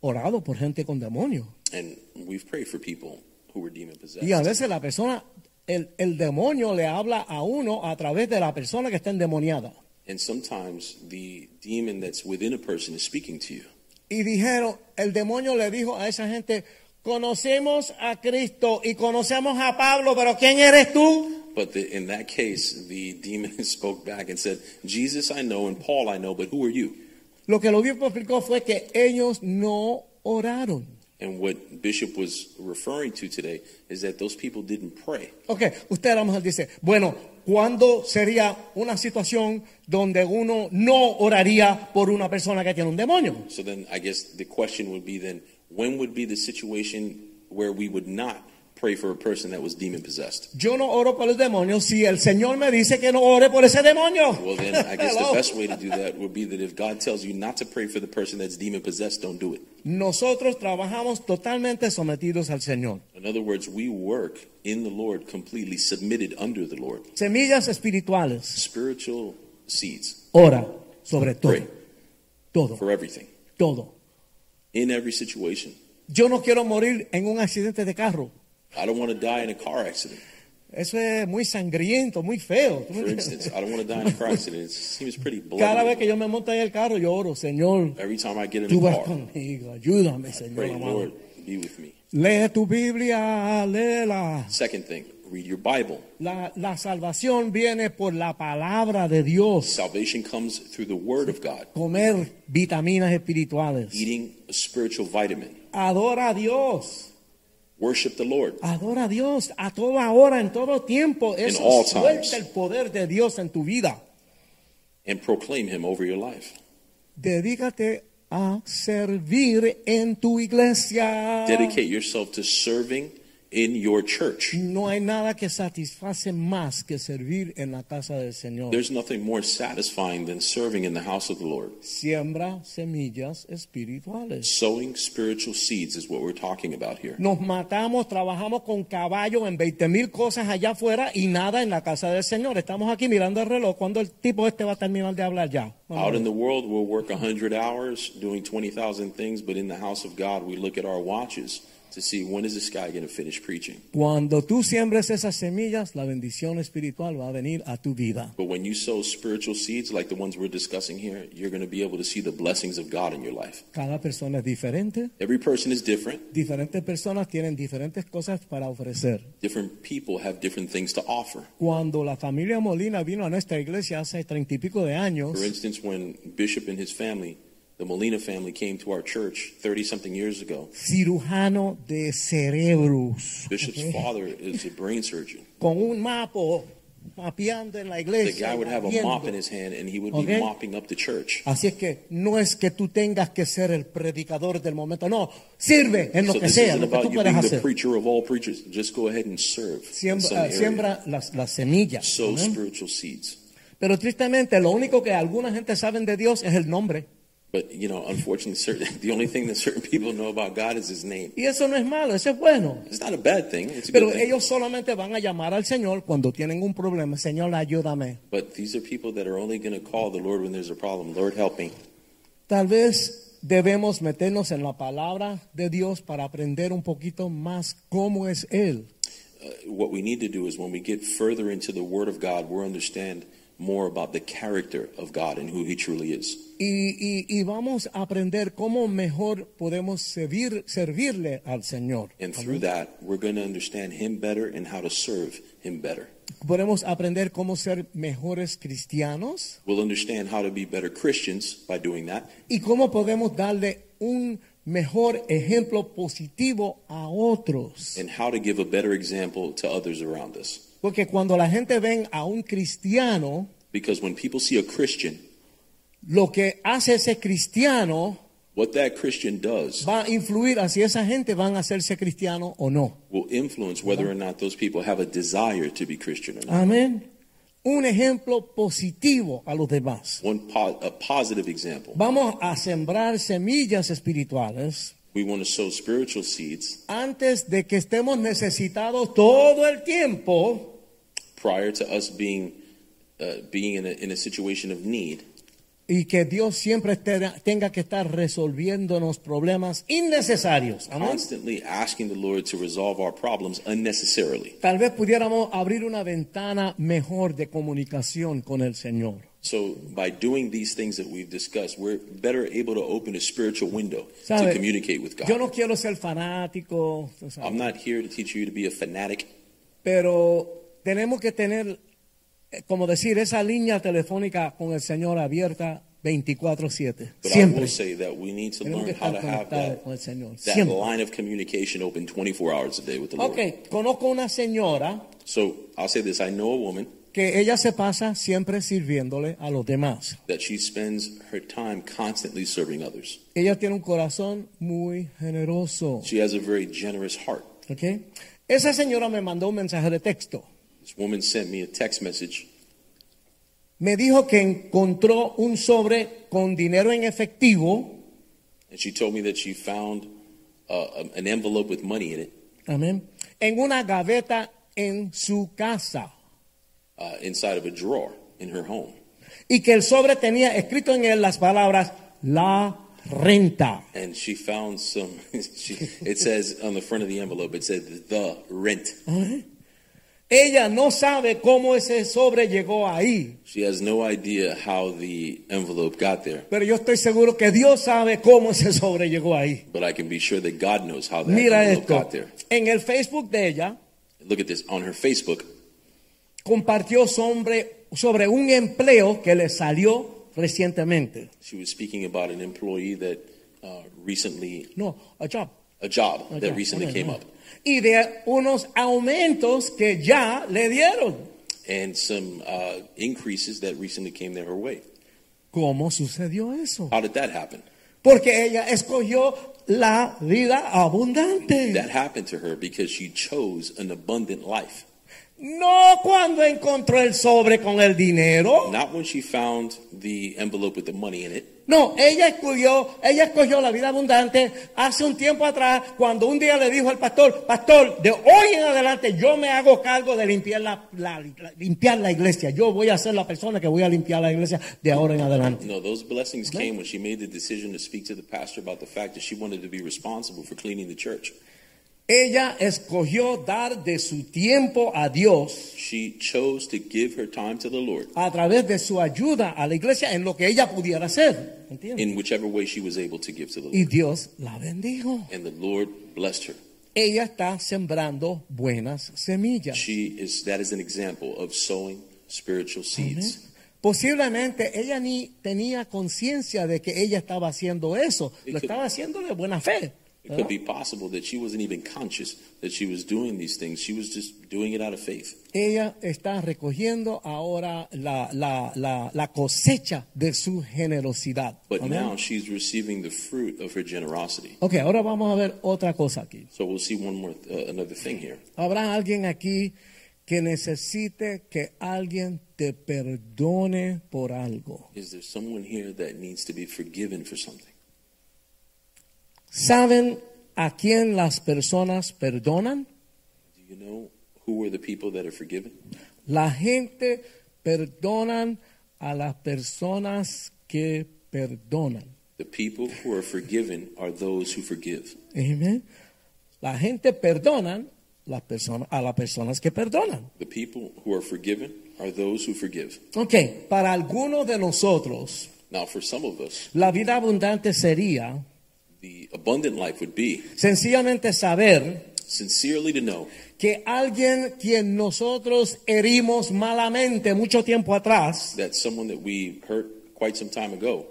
orado por gente con demonios. And we've prayed for people who were demon possessed. Y a veces la persona, el, el demonio le habla a uno a través de la persona que está endemoniada. And sometimes the demon that's within a person is speaking to you. Y dijeron, el demonio le dijo a esa gente, conocemos a Cristo y conocemos a Pablo, pero ¿quién eres tú? But the, in that case, the demon [LAUGHS] spoke back and said, Jesus I know and Paul I know, but who are you? Lo que el obispo explicó fue que ellos no oraron. And what Bishop was referring to today is that those people didn't pray. Ok, usted a lo mejor dice, bueno, ¿cuándo sería una situación donde uno no oraría por una persona que tiene un demonio? So then I guess the question would be then, when would be the situation where we would not pray for a person that was demon possessed? Yo no oro por el demonio si el Señor me dice que no ore por ese demonio. Well, then I guess Hello. the best way to do that would be that if God tells you not to pray for the person that's demon possessed, don't do it. Nosotros trabajamos totalmente sometidos al Señor. In other words, we work in the Lord, completely submitted under the Lord. Semillas espirituales. Spiritual seeds Ora sobre todo. Pray. Todo, for everything, todo. in every situation. Yo no quiero morir en un accidente de carro. I don't want to die in a car accident, Eso es muy sangriento, muy feo. ¿Tú me for entiendes? instance. I don't want to die in a car accident. It seems pretty [LAUGHS] Cada vez que bloody. yo me monto en el carro, yo oro, Señor, Every time I get in tú a vas car, conmigo, ayúdame, Señor. pray, amado. Lord, be with me. Lee tu Biblia, léela. Second thing, read your Bible. La, la salvación viene por la palabra de Dios. Salvation comes through the Word of God, Comer vitaminas espirituales. eating a spiritual vitamin, Adora a Dios. Worship the Lord. Adora a Dios a toda hora, en todo tiempo. Eso all times. suelta el poder de Dios en tu vida. and proclaim him over your life. Dedícate a servir en tu iglesia. Dedicate yourself to serving in your church. No hay nada que satisface más que servir en la casa del Señor. There's nothing more satisfying than serving in the house of the Lord. Siembra semillas espirituales. Sowing spiritual seeds is what we're talking about here. Nos matamos, trabajamos con caballo en 20 mil cosas allá afuera y nada en la casa del Señor. Estamos aquí mirando el reloj cuando el tipo este va a terminar de hablar ya. Vamos a Out ver. in the world, we'll work 100 hours doing 20,000 things, but in the house of God, we look at our watches to see when is this guy going to finish preaching. Cuando tú siembres esas semillas, la bendición espiritual va a venir a tu vida. But when you sow spiritual seeds like the ones we're discussing here, you're going to be able to see the blessings of God in your life. Cada persona es diferente. Every person is different. Diferentes personas tienen diferentes cosas para ofrecer. Different people have different things to offer. Cuando la familia Molina vino a nuestra iglesia hace treinta y pico de años, For instance, when Bishop and his family, the Molina family, came to our church 30 something years ago, cirujano de cerebros, Bishop's ¿ok? father is a [LAUGHS] brain surgeon. con un mapo mapeando en la The iglesia. guy would have a barriendo. mop in his hand and he would be Okay. mopping up the church. Así es que no es que tú tengas que ser el predicador del momento, no, sirve en lo So que this sea, isn't lo que about tú you puedas being the hacer. preacher of all preachers. Just go ahead and serve. in some Siembra, area. siembra las, las semillas. Sow ¿amén? spiritual seeds. Pero tristemente, lo único que alguna gente saben de Dios es el nombre. But you know, unfortunately, certain, [LAUGHS] the only thing that certain people know about God is His name. Y eso no es malo, eso es bueno. It's not a bad thing. It's a Pero good thing. ellos solamente van a llamar al Señor cuando tienen un problema. Señor, ayúdame. But these are people that are only going to call the Lord when there's a problem. Lord, help me. Tal vez debemos meternos en la palabra de Dios para aprender un poquito más cómo es Él. Uh, what we need to do is when we get further into the Word of God, we'll understand more about the character of God and who He truly is. Y, y- y vamos a aprender cómo mejor podemos servir, servirle al Señor. And through that, we're going to understand Him better and how to serve Him better. Podemos aprender cómo ser mejores cristianos We'll understand how to be better Christians by doing that, y cómo podemos darle un mejor ejemplo positivo a otros. and how to give a better example to others around us. Porque cuando la gente ven a un cristiano, Because when people see a Christian, lo que hace ese cristiano what that Christian does va a influir a si esa gente van a hacerse cristiano o no. will influence whether or not those people have a desire to be Christian or not. Amén. Un ejemplo positivo a los demás. One po- a positive example. Vamos a sembrar semillas espirituales We want to sow spiritual seeds antes de que estemos necesitados todo el tiempo. prior to us being uh, being in a, in a situation of need, Y que Dios siempre esté- tenga que estar resolviéndonos problemas innecesarios. Amén. constantly asking the Lord to resolve our problems unnecessarily. Tal vez pudiéramos abrir una ventana mejor de comunicación con el Señor. So by doing these things that we've discussed, we're better able to open a spiritual window ¿Sabe? to communicate with God. Yo no quiero ser fanático, tú sabes, I'm not here to teach you to be a fanatic, pero tenemos que tener, eh, como decir, esa línea telefónica con el Señor abierta 24/7. but I Siempre. will say that we need to Tenemos que learn how estar to have conectados that, con el Señor. that Siempre. line of communication open 24 hours a day with the Lord. Ok, conozco una señora So I'll say this: I know a woman que ella se pasa siempre sirviéndole a los demás. that she spends her time constantly serving others. Ella tiene un corazón muy generoso. She has a very generous heart. ok. Esa señora me mandó un mensaje de texto. This woman sent me a text message Me dijo que encontró un sobre con dinero en efectivo And she told me that she found uh, um, an envelope with money in it Amén. En una gaveta en su casa. uh, inside of a drawer in her home. Y que el sobre tenía escrito en él las palabras la renta. And she found some, [LAUGHS] she, it says on the front of the envelope, it said the rent. Ella no sabe cómo ese sobre llegó ahí. She has no idea how the envelope got there, Pero yo estoy seguro que Dios sabe cómo ese sobre llegó ahí. but I can be sure that God knows how that Mira envelope esto. got there. En el Facebook de ella Look at this on her Facebook. compartió sobre, sobre un empleo que le salió recientemente. She was speaking about an employee that uh, recently, No, a job. a a job Acá, that recently acá, came acá. up Y de unos aumentos que ya le dieron. and some uh, increases that recently came their way. ¿Cómo sucedió eso? How did that happen? Porque ella escogió la vida abundante. That happened to her because she chose an abundant life. No cuando encontró el sobre con el dinero. Not when she found the envelope with the money in it. No, ella escogió, ella escogió la vida abundante hace un tiempo atrás cuando un día le dijo al pastor, pastor, de hoy en adelante yo me hago cargo de limpiar la, la- la- limpiar la iglesia. Yo voy a ser la persona que voy a limpiar la iglesia de ahora en adelante. No, those blessings came when she made the decision to speak to the pastor about the fact that she wanted to be responsible for cleaning the church. Ella escogió dar de su tiempo a Dios She chose to give her time to the Lord a través de su ayuda a la iglesia en lo que ella pudiera hacer. ¿entiendes? in whichever way she was able to give to the Lord. Y Dios la bendijo. And the Lord blessed her. Ella está sembrando buenas semillas. She is that is an example of sowing spiritual seeds. Posiblemente ella ni tenía conciencia de que ella estaba haciendo eso. Lo estaba haciendo de buena fe. It could be possible that she wasn't even conscious that she was doing these things. She was just doing it out of faith. Ella está recogiendo ahora la, la- la- la cosecha de su generosidad. But Amén. now she's receiving the fruit of her generosity. Ok, ahora vamos a ver otra cosa aquí. So we'll see one more uh, another thing here. Habrá alguien aquí que necesite que alguien te perdone por algo. Is there someone here that needs to be forgiven for something? ¿Saben a quién las personas perdonan? Do you know who are the people that are forgiven? La gente perdonan a las personas que perdonan. The people who are forgiven are those who forgive. Amén. La gente perdonan las personas a las personas que perdonan. The people who are forgiven are those who forgive. Ok, para algunos de nosotros, Now, for some of us, la vida abundante sería the abundant life would be sencillamente saber sincerely to know que alguien quien nosotros herimos malamente mucho tiempo atrás that someone that we hurt quite some time ago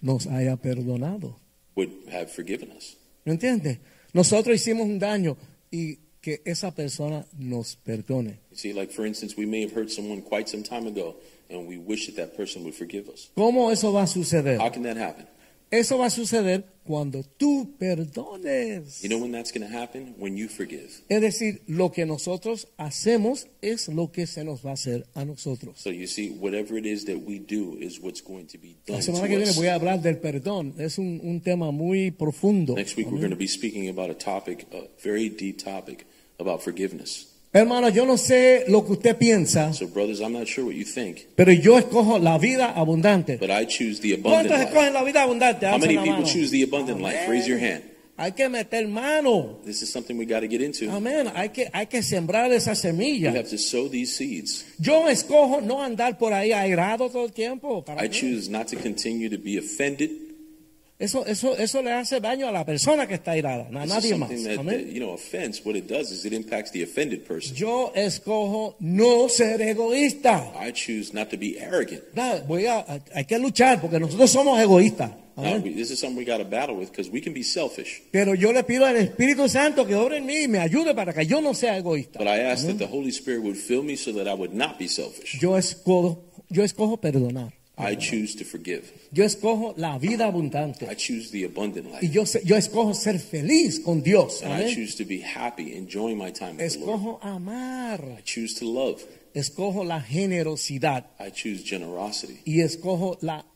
nos haya perdonado. would have forgiven us. ¿Me entiendes? Nosotros hicimos un daño y que esa persona nos perdone. You see, like for instance, we may have hurt someone quite some time ago, and we wish that that person would forgive us. ¿Cómo eso va a suceder? How can that happen? Eso va a suceder cuando tú perdones. You know when that's going to happen? When you forgive. Es decir, lo que nosotros hacemos es lo que se nos va a hacer a nosotros. So you see, whatever it is that we do is what's going to be La done to semana que viene us. voy a hablar del perdón. Es un, un tema muy profundo. Next week, we're Amén. going to be speaking about a topic, a very deep topic about forgiveness. Hermano, yo no sé lo que usted piensa, So, brothers, I'm not sure what you think, pero yo escojo la vida abundante. but I choose the abundant ¿Cuántos life. escogen la vida abundante? How many Alza la people mano. choose the abundant life? Raise your hand. Hay que meter mano. This is something we got to get into. Amén. Hay que, hay que sembrar esa We semilla. have to sow these seeds. Yo escojo no andar por ahí airado todo el tiempo. ¿Para I qué? choose not to continue to be offended. Eso, eso, eso le hace daño a la persona que está airada, a This is nadie más. something that, Amén. that, you know, offense, what it does is it impacts the offended person. Yo escojo no ser egoísta. I choose not to be arrogant. Nada, voy a, a- hay que luchar porque nosotros somos egoístas. Now, Amén. we, this is something we got to battle with because we can be selfish. Pero yo le pido al Espíritu Santo que obre en mí y me ayude para que yo no sea egoísta. But I ask that the Holy Spirit would fill me so that I would not be selfish. Yo escojo, yo escojo perdonar. I choose to forgive. Yo escojo la vida abundante. I choose the abundant Y life. yo, se- yo escojo ser feliz con Dios. And I Amén. choose to be happy, enjoying my time with the Lord. Escojo amar. I choose to love. Escojo la generosidad. I choose generosity. Y escojo la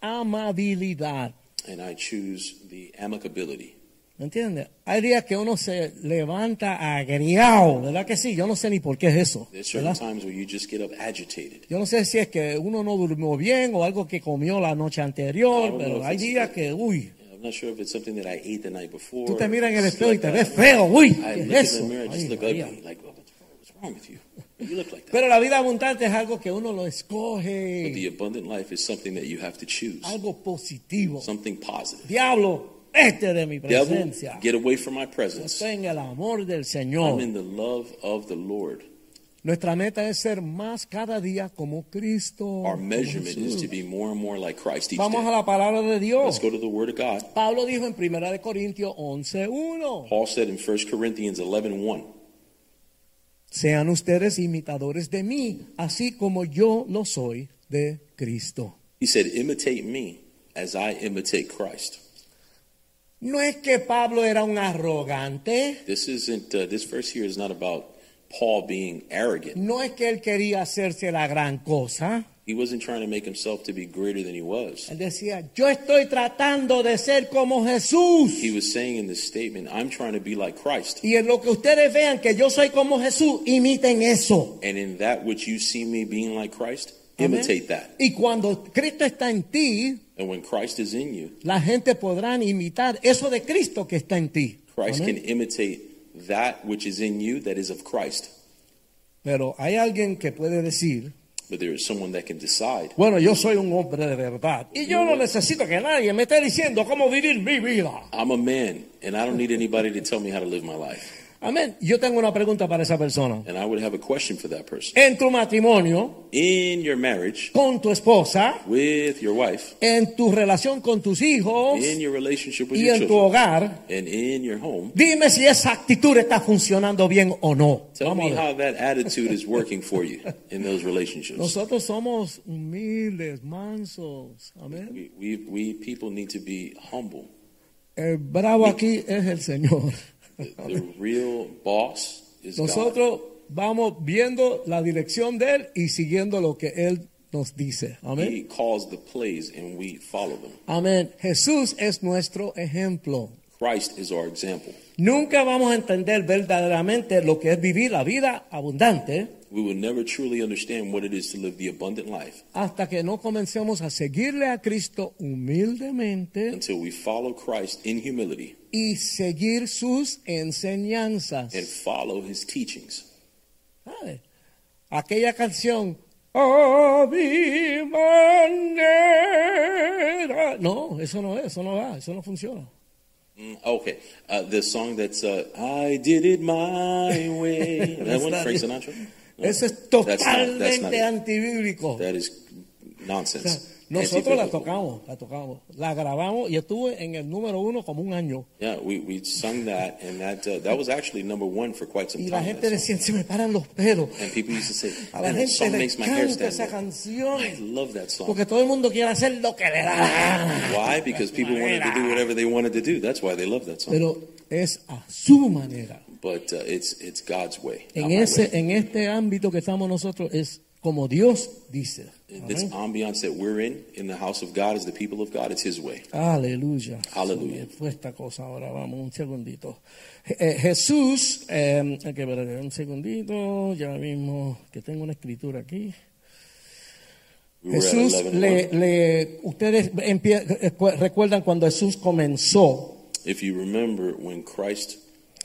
amabilidad. And I choose the amicability. ¿Me entiendes? Hay días que uno se levanta agriado, ¿verdad que sí? Yo no sé ni por qué es eso. There's certain ¿verdad? times where you just get up agitated. Yo no sé si es que uno no durmió bien o algo que comió la noche I anterior, don't know pero if hay it's- días que, uy, I'm not sure if it's something that I ate the night before. tú te miras en el It's espejo y like te that. ves feo, uy, I ¿qué look es in eso? the mirror and Ay, just look María. ugly. Like, oh, what's wrong- what's wrong with you? You look like that. Pero la vida abundante es algo que uno lo But escoge, the abundant life is something that you have to choose. algo positivo. Something positive. Diablo, este de mi Devil, presencia. get away from my Yo presence. estoy en el amor del I'm Señor. in the love of the Lord. Nuestra meta es ser más cada día como Cristo. Our measurement is to be more and more like Christ each Vamos a day. la palabra de Let's Dios. go to the Word of God. Pablo dijo en 1 de Corintios 11:1, Paul said in 1 Corinthians 11 sean ustedes imitadores de mí, así como yo lo soy de Cristo. he said, Imitate me as I imitate Christ. No es que Pablo era un arrogante, This isn't, uh, this verse here is not about Paul being arrogant. no es que él quería hacerse la gran cosa. He wasn't trying to make himself to be greater than he was. Él decía, yo estoy tratando de ser como Jesús. He was saying in this statement, I'm trying to be like Christ. Y en lo que ustedes vean que yo soy como Jesús, imiten eso. And in that which you see me being like Christ, Amén. imitate that. Y cuando Cristo está en ti, And when Christ is in you, la gente podrá imitar eso de Cristo que está en ti. Christ Amén. can imitate that which is in you that is of Christ. Pero hay alguien que puede decir, But there is someone that can decide. bueno, yo soy un hombre de verdad y yo no necesito que nadie me esté diciendo cómo vivir mi vida. I'm a man, and I don't need anybody to tell me how to live my life. Amén. Yo tengo una pregunta para esa persona. And I would have a question for that person. En tu matrimonio, In your marriage, con tu esposa, with your wife, en tu relación con tus hijos in your relationship with y your en tu children, hogar, and in your home, dime si esa actitud está funcionando bien o no. tell Vamos a me ver. how that attitude is working for you in those relationships. Nosotros somos humildes, mansos. Amén. We, we, we people need to be humble. El bravo aquí es el Señor. The, the real boss is God. Nosotros vamos viendo la dirección de Él y siguiendo lo que Él nos dice. Amén. He calls the plays, and we follow them. Amén. Jesús es nuestro ejemplo. Christ is our example. Nunca vamos a entender verdaderamente lo que es vivir la vida abundante We will never truly understand what it is to live the abundant life hasta que no comencemos a seguirle a Cristo humildemente until we follow Christ in humility y seguir sus enseñanzas. and follow his teachings. ¿Sabe? Aquella canción. A mi manera. No, eso no es, eso no va, eso no funciona. Mm, Okay, uh, the song that's uh, "I Did It My Way." [LAUGHS] that That's one, not Frank it. Sinatra. No, Eso es that's not- that's not totalmente it. antibíblico. That is O sea, nonsense. nosotros la Anti-biblical. tocamos, la tocamos, la grabamos y estuve en el número uno como un año. Yeah, we, we sung that, and that uh, that was actually number one for quite some Y la time. gente that song. decía, se me paran los pelos. And people used to say, A la "Man, that gente song le makes my hair encanta stand esa up." I canción. love that song. Porque todo el mundo quiere hacer lo que le da la gana. Why? Because people wanted to do whatever they wanted to do. That's why they love that song. Pero es a su manera. but uh, it's it's God's way. not En, my way. ese, en este ámbito que estamos nosotros es como Dios dice. In this Amén. ambiance that we're in, in the house of God, as the people of God, it's His way. Aleluya. Aleluya. Se me Fue esta cosa ahora, vamos, un segundito. Je- eh, Jesús, eh, hay que ver, un segundito, ya mismo, que tengo una escritura aquí. We were at Jesús, 11 le, le- ustedes empie- recu- recuerdan cuando Jesús comenzó, If you remember when Christ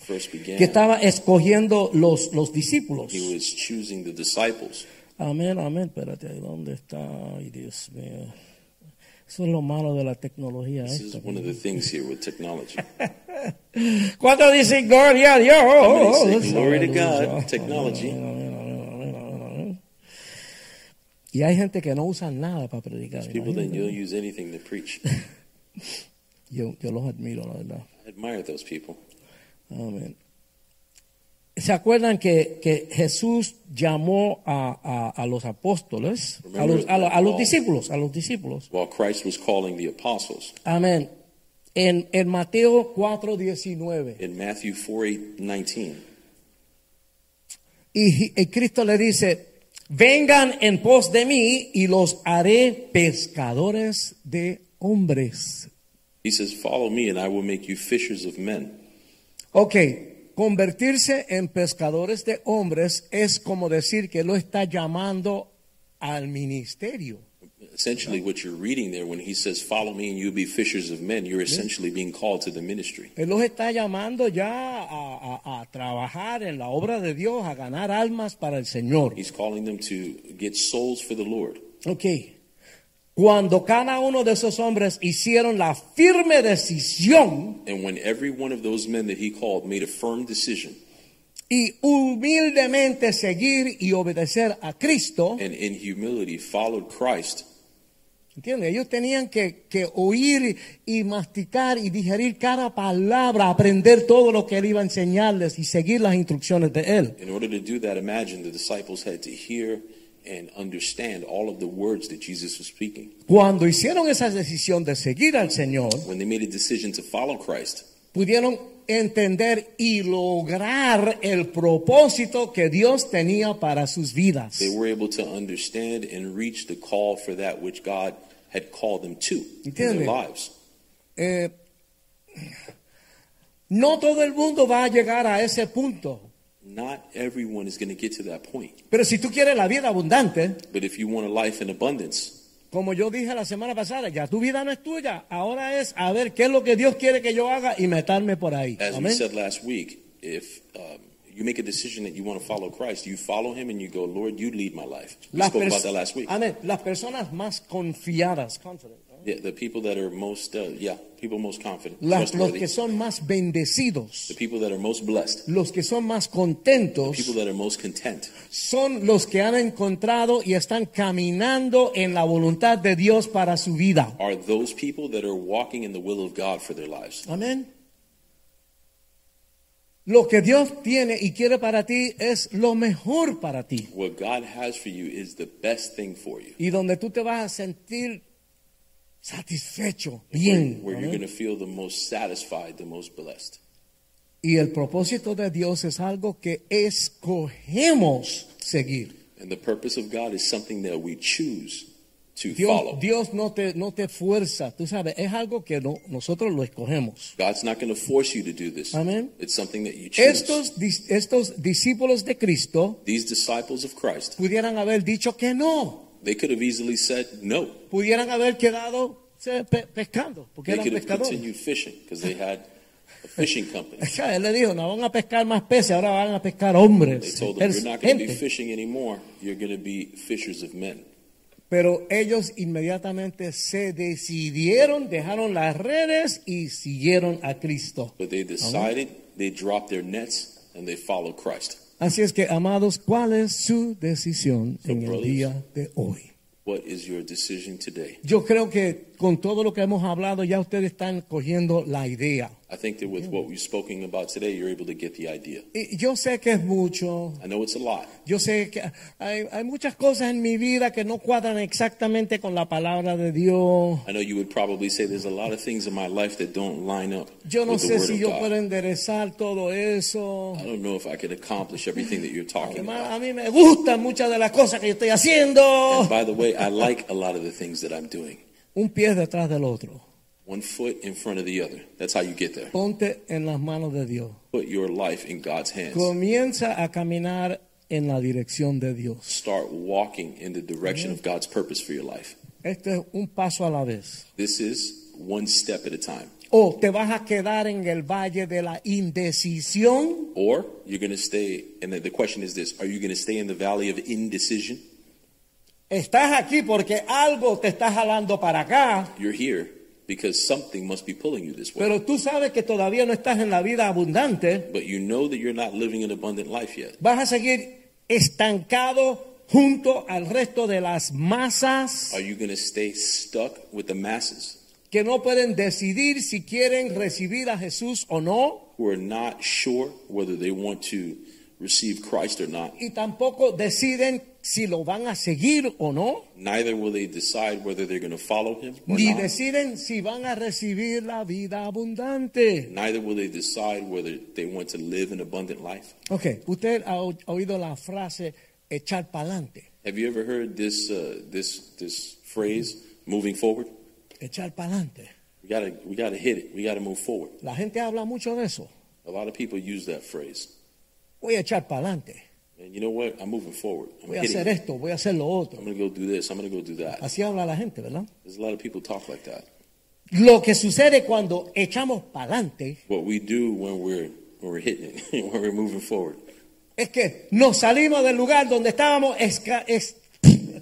first began, que estaba escogiendo los, los discípulos. he was choosing the disciples. Amén, amén, espérate, ¿ahí ¿dónde está? Ay, Dios mío. Eso es lo malo de la tecnología. This is esta. one of the things here with technology. ¿Cuánto dicen gloria a Dios? Oh, many dicen glory to God, technology? Amén, amén, amén, amén, amén. Y hay gente que no usan nada para predicar. People that imagínate. you'll use anything to preach. Yo, yo los admiro, la verdad. I admire those people. Amén. ¿Se acuerdan que, que Jesús llamó a, a- a los apóstoles, a los, a los- a los discípulos, a los discípulos? While Christ was calling the apostles Amén. En, en Mateo 4:19. in Matthew 4 19, Y, y Cristo le dice, vengan en pos de mí y los haré pescadores de hombres. he says, Follow me, and I will make you fishers of men. Ok, convertirse en pescadores de hombres es como decir que lo está llamando al ministerio. Essentially, what you're reading there when he says, Follow me, and you'll be fishers of men, you're essentially being called to the ministry. Él los está llamando ya a, a- a trabajar en la obra de Dios, a ganar almas para el Señor. He's calling them to get souls for the Lord. Ok. Cuando cada uno de esos hombres hicieron la firme decisión And when every one of those men that he called made a firm decision, y humildemente seguir y obedecer a Cristo, and in humility followed Christ. ¿entiendes? Ellos tenían que, que oír y masticar y digerir cada palabra, aprender todo lo que él iba a enseñarles y seguir las instrucciones de él. In order to do that, imagine the disciples had to hear and understand all of the words that Jesus was speaking. Cuando hicieron esa decisión de seguir al Señor, When they made a decision to follow Christ, pudieron entender y lograr el propósito que Dios tenía para sus vidas. they were able to understand and reach the call for that which God had called them to in Entiende? their lives. Eh, no todo el mundo va a llegar a ese punto. Not everyone is going to get to that point. Pero si tú quieres la vida abundante, But if you want a life in abundance, como yo dije la semana pasada, ya tu vida no es tuya. Ahora es a ver qué es lo que Dios quiere que yo haga y meterme por ahí. as we Amén. said last week, if um, you make a decision that you want to follow Christ, you follow him and you go, Lord, you lead my life. We Las spoke about pers- that last week. Amén. Las personas más confiadas, confident, ¿no? Yeah, the people that are most, uh, yeah, people most confident, Las- los trustworthy, que son más bendecidos, the people that are most blessed, los que son más the contentos, people that are most content. son los que han encontrado y están caminando en la voluntad de Dios para su vida. are those people that are walking in the will of God for their lives. Amén. Lo que Dios tiene y quiere para ti es lo mejor para ti. What God has for you is the best thing for you. Y donde tú te vas a sentir satisfecho, Where, bien. where you're Amén. going to feel the most satisfied, the most blessed. Y el propósito de Dios es algo que escogemos seguir. And the purpose of God is something that we choose to follow. Dios, Dios no, te, no te fuerza, tú sabes, es algo que no- nosotros lo escogemos. God's not going to force you to do this. Amén. It's something that you choose. Estos, dis- estos discípulos de Cristo These disciples of Christ, pudieran haber dicho que no, they could have easily said no. pudieran haber quedado eh, pe- pescando, porque They eran could have pescadores. continued fishing because they had a fishing company. [LAUGHS] Él le dijo, no van a pescar más peces, ahora van a pescar hombres, They told them, pers- You're not going to be gente. fishing anymore. You're going to be fishers of men. Pero ellos inmediatamente se decidieron, dejaron las redes y siguieron a Cristo. But they decided, they dropped their nets, and they followed Christ. Así es que, amados, ¿cuál es su decisión So, en el brothers. día de hoy? What is your decision today? Yo creo que con todo lo que hemos hablado ya ustedes están cogiendo la idea. I think that with what we've spoken about today, you're able to get the idea. Y yo sé que es mucho, I know it's a lot. Yo sé que hay, hay muchas cosas en mi vida que no cuadran exactamente con la palabra de Dios. I know you would probably say there's a lot of things in my life that don't line up Yo no with the sé Word si of yo God. puedo enderezar todo eso. I don't know if I could accomplish everything that you're talking Además, oh. about. a mí me gustan muchas de las cosas que yo estoy haciendo. And by the way, I like a lot of the things that I'm doing. Un pie detrás del otro. One foot in front of the other. That's how you get there. Ponte en las manos de Dios. Put your life in God's hands. Comienza a caminar en la dirección de Dios. Start walking in the direction of God's purpose for your life. Este es un paso a la vez. This is one step at a time. O te vas a quedar en el valle de la indecisión. Or you're going to stay, and the, the question is this are you going to stay in the valley of indecision? Estás aquí porque algo te está jalando para acá. You're here because something must be pulling you this way. Pero tú sabes que todavía no estás en la vida abundante. but you know that you're not living an abundant life yet. Vas a seguir estancado junto al resto de las masas Are you going to stay stuck with the masses que no pueden decidir si quieren recibir a Jesús o no who are not sure whether they want to receive Christ or not? y tampoco deciden si lo van a seguir o no, Neither will they decide whether they're going to follow him or ni not. deciden si van a recibir la vida abundante. Neither will they decide whether they want to live an abundant life. Ok, usted ha o- oído la frase echar pa'lante, Have you ever heard this uh, this this phrase, moving forward? echar pa'lante. We gotta we gotta hit it. We gotta move forward. La gente habla mucho de eso. A lot of people use that phrase. Voy a echar pa'lante, And you know what? I'm moving forward. I'm voy a hitting hacer it. esto, voy a hacer lo otro. I'm gonna go do this. I'm gonna go do that. Así habla la gente, ¿verdad? There's a lot of people talk like that. Lo que sucede cuando echamos para adelante What we do when we're when we're hitting it, [LAUGHS] when we're moving forward, es que nos salimos del lugar donde estábamos esca- es-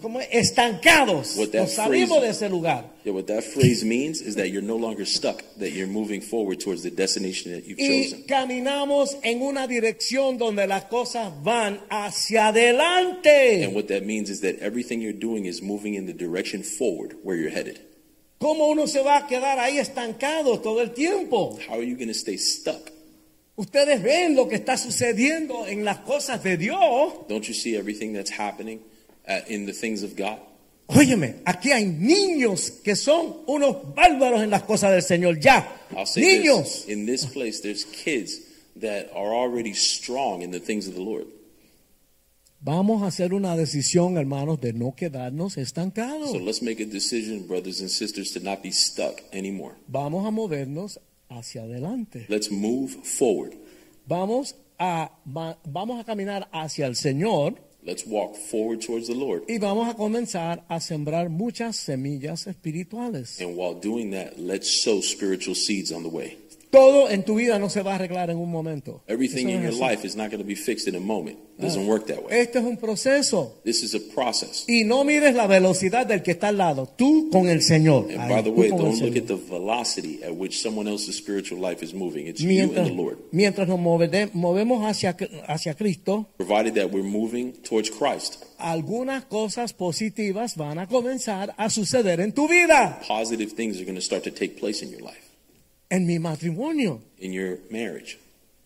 como estancados. What that Nos salimos phrase- de ese lugar. Yeah, what that phrase means is that you're no longer stuck, that you're moving forward towards the destination that you've Y chosen. caminamos en una dirección donde las cosas van hacia And adelante. what that means is that everything you're doing is moving in the direction forward where you're headed. ¿Cómo uno se va a quedar ahí estancado todo el tiempo? How are you going to stay stuck? Ustedes ven lo que está sucediendo en las cosas de Dios. Don't you see everything that's happening uh, in the things of God? Óyeme, aquí hay niños que son unos bárbaros en las cosas del Señor. Ya, I'll say niños. this. In this place, there's kids that are already strong in the things of the Lord. Vamos a hacer una decisión, hermanos, de no quedarnos estancados. So let's make a decision, brothers and sisters, to not be stuck anymore. Vamos a movernos hacia adelante. Let's move forward. Vamos a, va- vamos a caminar hacia el Señor Let's walk forward towards the Lord. y vamos a comenzar a sembrar muchas semillas espirituales. And while doing that, let's sow spiritual seeds on the way. Todo en tu vida no se va a arreglar en un momento. Everything Eso in no your es así. life is not going to be fixed in a moment. It doesn't work that way. Este es un proceso. This is a process. Y no mires la velocidad del que está al lado, tú con el Señor. And Ahí, by the tú way, con el don't look Señor. at the velocity at which someone else's spiritual life is moving. It's you and mientras, the Lord. mientras nos movede- movemos hacia, hacia Cristo, Provided that we're moving towards Christ, algunas cosas positivas van a comenzar a suceder en tu vida, positive things are going to start to take place in your life, en mi matrimonio, in your marriage,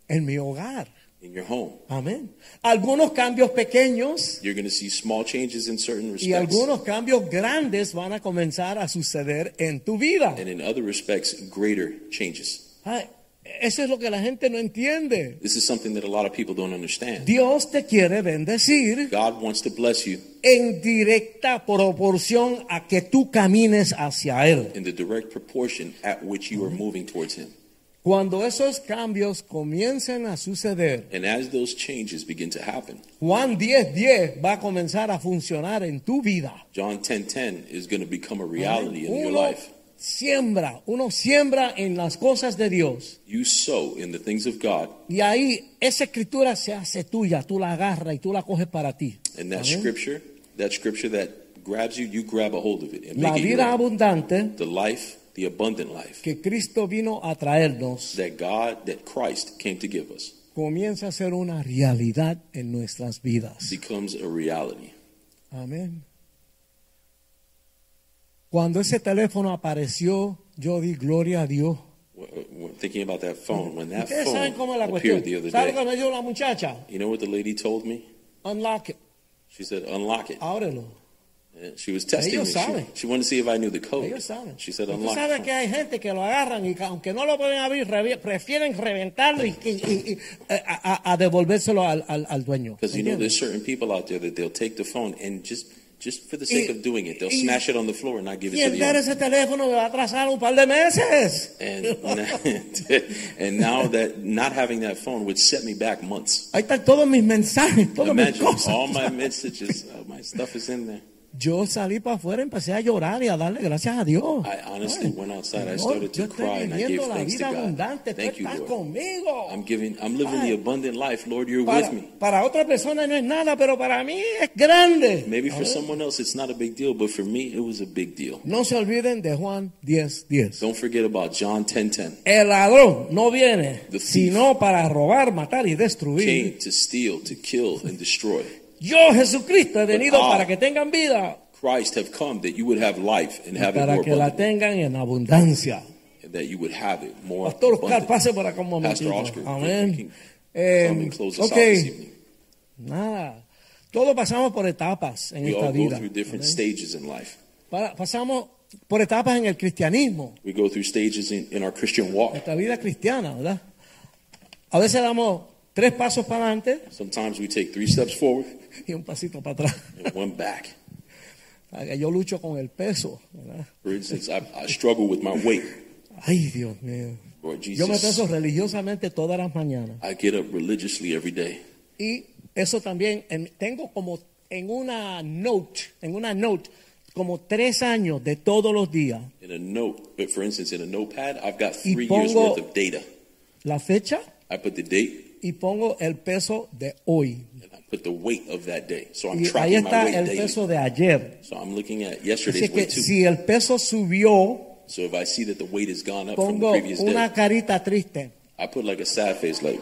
en mi hogar. in your home. Amén. Algunos cambios pequeños You're going to see small changes in certain y respects. algunos cambios grandes van a comenzar a suceder en tu vida. And in other respects, greater changes. Ay, eso es lo que la gente no entiende. This is something that a lot of people don't understand. Dios te quiere bendecir. God wants to bless you en directa proporción a que tú camines hacia Él. in the direct proportion at which you are moving towards Him. Cuando esos cambios comiencen a suceder, And as those changes begin to happen, Juan 10:10 va a comenzar a funcionar en tu vida. John 10:10 is going to become a reality in your Uno life. siembra, uno siembra en las cosas de Dios You sow in the things of God, y ahí esa escritura se hace tuya, tú la agarras y tú la coges para ti. and that Amén. scripture, that scripture that grabs you, you grab a hold of it and La make it your vida own. abundante the life, the abundant life que Cristo vino a traernos that God, that Christ came to give us, comienza a ser una realidad en nuestras vidas. becomes a reality. Amén. Cuando ese teléfono apareció, yo di gloria a Dios. W- w- uh, Thinking about that phone, when that Ustedes saben cómo es phone la cuestión. appeared the other ¿Saben day, cómo me dijo la muchacha? you know what the lady told me? Unlock it, She said, "Unlock it." ábrelo. And She was testing me. Ellos She, saben. she wanted to see if I knew the code. Ellos saben. She said, Y tú "Unlock." sabes it." que hay gente que lo agarran y que aunque no lo pueden abrir, revi- prefieren reventarlo y, y- y- y, eh, a, a- a devolvérselo al, al- al dueño. Because you know, ¿Entiendes? there's certain people out there that they'll take the phone and just just for the Y- sake of doing it, they'll y- smash it on the floor and not give it Y to the owner. ese teléfono me va a atrasar un par de meses. And [LAUGHS] and now that not having that phone would set me back months. [LAUGHS] Ahí están todos mis mensajes, todas mis Imagine cosas. all my messages, all my stuff is in there. Yo salí para afuera, empecé a llorar y a darle gracias a Dios. I honestly Ay, went outside. Señor, I started to yo estoy cry and I gave viviendo la thanks to vida God. abundante. Thank Tú you, estás Lord. conmigo. I'm giving. I'm living Ay, the abundant life, Lord. You're para, with me. para otra persona no es nada, pero para mí es grande. Maybe for Amén. someone else it's not a big deal, but for me it was a big deal. No se olviden de Juan 10, 10. Don't forget about John 10:10. El ladrón no viene The thief. sino para robar, matar y Came destruir. to steal, to kill, and destroy. Yo, Jesucristo, he venido I- para que tengan vida Christ have come that you would have life and y have it para more que la abundantly, tengan en abundancia. and that you would have it more Pastor Oscar, abundantly. pase por acá un momentito. Pastor Oscar, Amén. can- Eh, come and close us ok. out this evening. Nada. Todos pasamos por etapas en We esta all vida. go through different Amén. stages in life. Pa- pasamos por etapas en el cristianismo, We go through stages in, in our Christian walk. nuestra vida cristiana, ¿verdad? A veces damos tres pasos para adelante Sometimes we take three steps forward y un pasito para atrás. [LAUGHS] and one back. Yo lucho con el peso, ¿verdad? For instance, I, I struggle with my weight. Ay, Dios mío. Lord Yo me peso Jesus, religiosamente todas las mañanas. I get up religiously every day. Y eso también, en- tengo como en una note, en una note, como tres años de todos los días. In a note, but for instance, in a notepad, I've got Y three years pongo- worth of data. La fecha I put the date y pongo el peso de hoy. and I put but the weight of that day. So I'm Y ahí tracking my está weight el daily. peso de ayer. So I'm looking at Así yesterday's que weight too. si el peso subió, So if I see that the weight has gone up from the pongo previous day, una carita triste I put like a sad face, like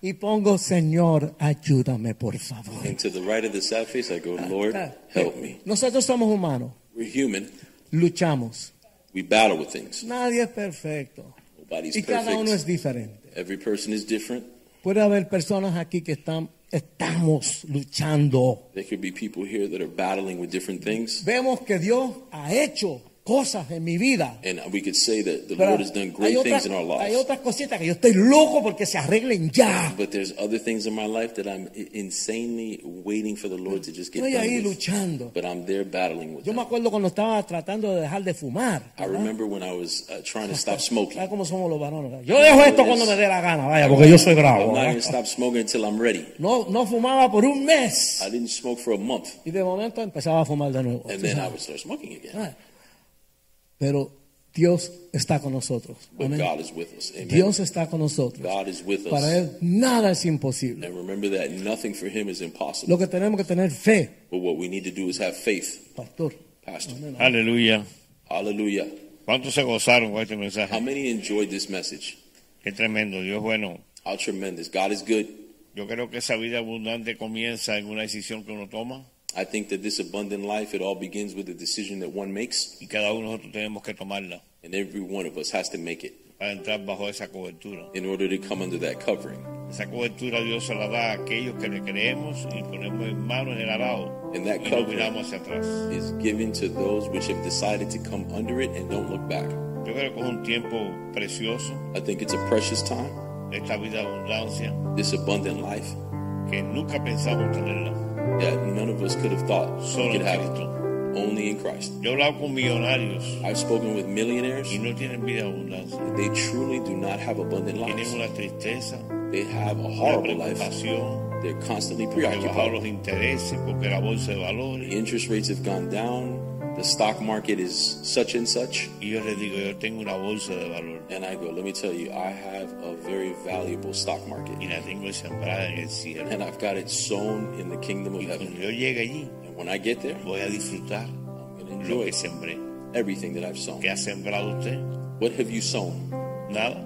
y pongo, Señor, ayúdame, por favor. and to the right of the sad face, I go, Lord, help me. Nosotros somos humanos, We're human. luchamos. We battle with things. Nadie es perfecto Nobody's y cada uno perfect. es diferente. Every person is different. Puede haber personas aquí que están, estamos luchando. There could be people here that are battling with different things, Vemos que Dios ha hecho cosas en mi vida. and we could say that the Pero Lord has done hay, great otras- things in our hay lives. otras cositas que yo estoy loco porque se arreglen ya. But there's other things in my life that I'm i- insanely waiting for the Lord to just get Estoy ahí done with. luchando. But I'm there battling with Yo me them. acuerdo cuando estaba tratando de dejar de fumar. I ¿verdad? remember when I was uh, trying to [LAUGHS] stop smoking. ¿Sabes cómo somos los varones? ¿verdad? Yo dejo esto cuando me dé la gana, vaya, porque yo soy bravo. I'm not ¿verdad? going to stop smoking until I'm ready. No, no fumaba por un mes. I didn't smoke for a month, Y de momento empezaba a fumar de nuevo. and tú then I sabes. would start smoking again. Ah. Pero Dios está con nosotros. But Amén. God is with us. Amen. Dios está con nosotros. God is with Para us. Él nada es imposible. And remember that nothing for Him is Lo impossible. que tenemos que tener fe, But what we need to do is have faith, pastor. Pastor. Aleluya. Hallelujah. ¿Cuántos se gozaron con este How mensaje? many enjoyed this message? Qué tremendo. Dios bueno. How tremendous. God is good. Yo creo que esa vida abundante comienza en una decisión que uno toma I think that this abundant life, it all begins with the decision that one makes, y cada uno de nosotros tenemos que tomarla and every one of us has to make it para entrar bajo esa cobertura. in order to come under that covering. Esa cobertura Dios se la da a aquellos que le creemos y ponemos en manos el arado And that y no covering miramos hacia atrás. is given to those which have decided to come under it and don't look back. Yo creo que es un tiempo precioso I think it's a precious time, de esta vida de abundancia this abundant life que nunca pensamos tenerla, that none of us could have thought solo could en have it. Cristo. Only in Christ. Yo he hablado con millonarios I've spoken with millionaires. y no tienen vida de abundancia. They truly do not have abundant Tienen lives. una tristeza, They have a una horrible life. preocupación, They're constantly porque bajaron preoccupied. los intereses, porque la bolsa de The valores. interest rates have gone down. The stock market is such and such. Y yo les digo, yo tengo una bolsa de valor And I go, let me tell you, I have a very valuable stock y market. la tengo sembrada en el cielo. And I've got it sown in the kingdom of Y heaven. cuando yo llegue allí, And when I get there, voy a disfrutar I'm going to lo enjoy que sembré. everything that I've sown. ¿Qué ha sembrado usted? What have you sown? Nada.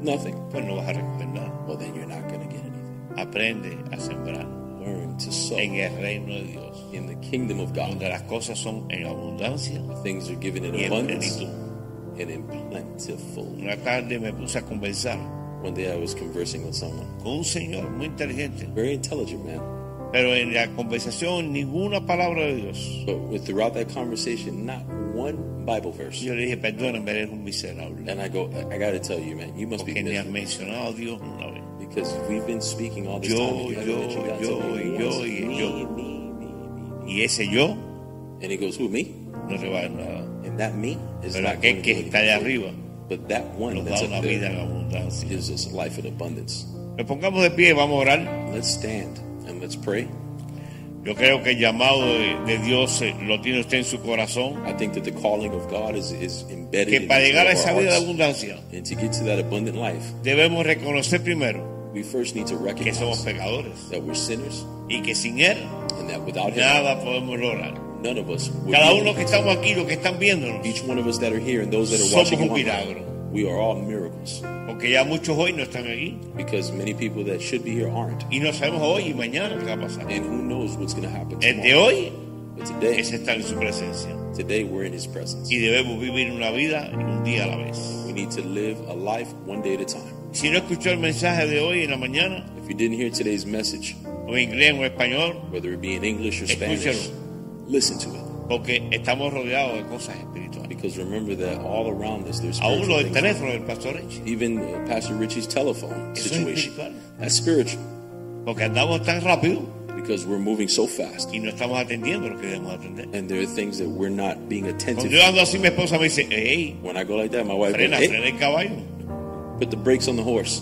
Nothing. Pues no vas a recoger nada. Well, then you're not going to get anything. Aprende a sembrar Learn to sow en el reino de Dios, in the kingdom of God. donde las cosas son en abundancia Things are given in y en abundance plenitud. and in plentiful. Una tarde me puse a conversar One day I was conversing with someone, con un señor muy inteligente, very intelligent man, pero en la conversación ninguna palabra de Dios. but with, throughout that conversation, not one Bible verse. Yo le dije, perdóname, eres un miserable, And I go, I, I got to tell you, man, you must be porque ni has miserable mencionado a Dios una vez. because we've been speaking all this Yo, time. and you haven't yo, mentioned God yo, to me yo, once. y Me, yo. me, me, me. Y ese yo And he goes, who me? no te va a dar nada. And that me is Pero not going aquel to que do está allá anything. arriba But that one nos da that's una up vida there en abundancia. gives us life in abundance. Nos pongamos de pie y vamos a orar. Let's stand and let's pray. Yo creo que el llamado de, de Dios eh, lo tiene usted en su corazón. I think that the calling of God is, is embedded Que in para each llegar a of our esa vida de hearts. abundancia And to get to that abundant life, debemos reconocer primero we first need to que recognize somos pecadores that we're sinners y que sin Él and that without Him, nada podemos lograr. none of us would Cada be uno que estamos aquí, los que están viéndonos, Each one of us that are here and those that are Somos watching un online, milagro. we are all miracles porque ya muchos hoy no están aquí because many people that should be here aren't. y no sabemos hoy y mañana qué va a pasar. And who knows what's going to happen El de tomorrow. hoy But today, es estar en su presencia today we're in His presence. y debemos vivir una vida un día a la vez. We need to live a life one day at a time. Si no escuchó el mensaje de hoy en la mañana, If you didn't hear today's message, o en inglés o en español, whether it be in English or Spanish, listen to it. porque estamos rodeados de cosas espirituales. Because remember that all around us, there's Aún spiritual lo del things. teléfono del pastor Richie, Even uh, Pastor Richie's telephone Eso es situation. espiritual. That's spiritual porque andamos tan rápido because we're moving so fast. y no estamos atendiendo lo que debemos atender. And there are things that we're not being Cuando attentive yo to. ando así, mi esposa me dice, hey, When I go like that, my wife goes, frena, "Hey, frena el caballo, put the brakes on the horse.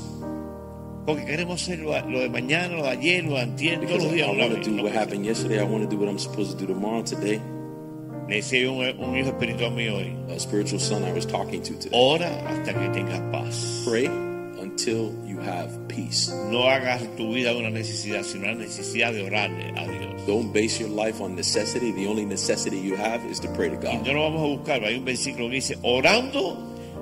porque queremos hacer lo, lo de mañana, lo de ayer, lo de antier, todos Because los I, días. una want to vez, do no what pensar. happened yesterday. I want to do what I'm supposed to do tomorrow, today. Le decía yo a un, un hijo espiritual mío hoy, A spiritual son I was talking to today. ora hasta que tengas paz. Pray until you have peace. No hagas tu vida una necesidad, sino una necesidad de orarle a Dios. Don't base your life on necessity. The only necessity you have is to pray to Y no God. lo vamos a buscar. Hay un versículo que dice, orando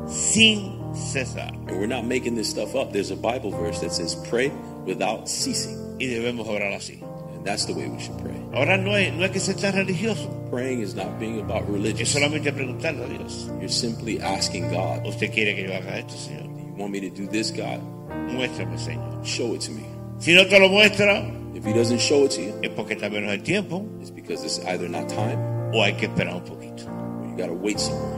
sin cesar. And we're not making this stuff up. There's a Bible verse that says, pray without ceasing. Y debemos orar así. And that's the way we should pray. Orar no es, no es que se está religioso. Praying is not being about Es religious. solamente preguntarle a Dios. You're simply asking God, Usted quiere que yo haga esto, Señor. you want me to do this, God? Muéstrame, Señor. Show it to me. Si no te lo muestra, If he doesn't show it to you, es porque tal vez no hay tiempo it's because it's either not time o hay que esperar un poquito. or you got to wait somewhere.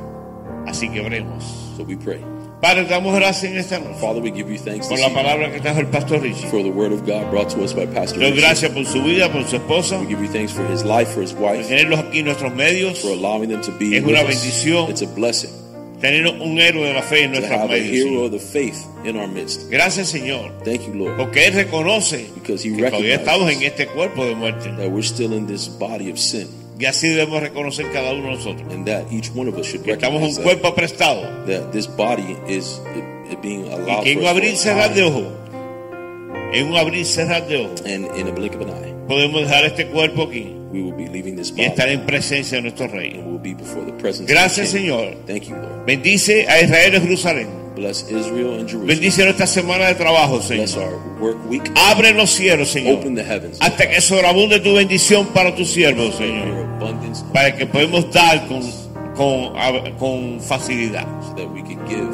Así que oremos. So we pray. Padre, te damos gracias en esta noche Father, we give you thanks por this la evening palabra que trajo el pastor Richie. for the word of God brought to us by Pastor Te doy Richie. gracias por su vida, por su esposa, We give you thanks for his life, for his por wife, tenerlos aquí en nuestros medios, for allowing them to be Es with una us. bendición. It's a blessing tener un héroe de la fe en to nuestros have a medios. hero Señor. of the faith in our midst. Gracias, Señor, Thank you, Lord, porque Él reconoce because he que todavía estamos en recognizes este cuerpo de muerte that we're still in this body of sin y así debemos reconocer cada uno de nosotros. and that each one of us should que Estamos recognize that, un cuerpo prestado that this body is it, it being y allowed que en un for abrir y us for a cerrar de time. ojo, en un abrir y cerrar de ojo, and in a blink of an eye, podemos dejar este cuerpo aquí we will be leaving this y body estar en presencia de nuestro and Rey. we'll be before the presence Gracias, of the King. Señor. Thank you, Lord. Bendice a Israel y Jerusalén. Bless Israel and Jerusalem. Bendice nuestra semana de trabajo, Bless Señor. our work week. Abre los cielos, Señor. Open the heavens. Hasta que sobreabunde tu bendición para tus siervos, Señor. Your abundance Para que podamos dar con, con, a- con facilidad. so that we could give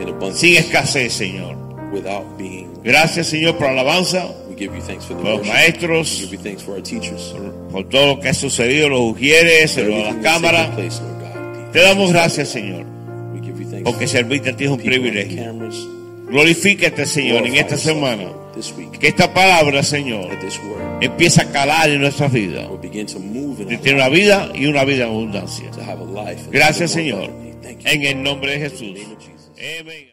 in abundance Sin escasez, Señor. without being. Gracias, Señor, por la alabanza, We give you thanks for the por los worship. We maestros, give you thanks for our teachers. por, por todo lo que ha sucedido, los ujieres, For lo de las everything that's taken cámaras. place, Lord God. Te damos gracias, Señor, We give you thanks porque servirte a ti es un for people on privilegio. cameras. Glorifícate, Señor, en Glorify esta yourself, semana. Lord, This week, Que esta palabra, that Señor, this word empieza a calar en nuestras vidas. will begin to move in De our tener lives, una vida y una vida en abundancia. to have a life. and Gracias, live it more Señor. abundantly. Thank you. En el nombre de In the Jesús. name of Jesus. Amén.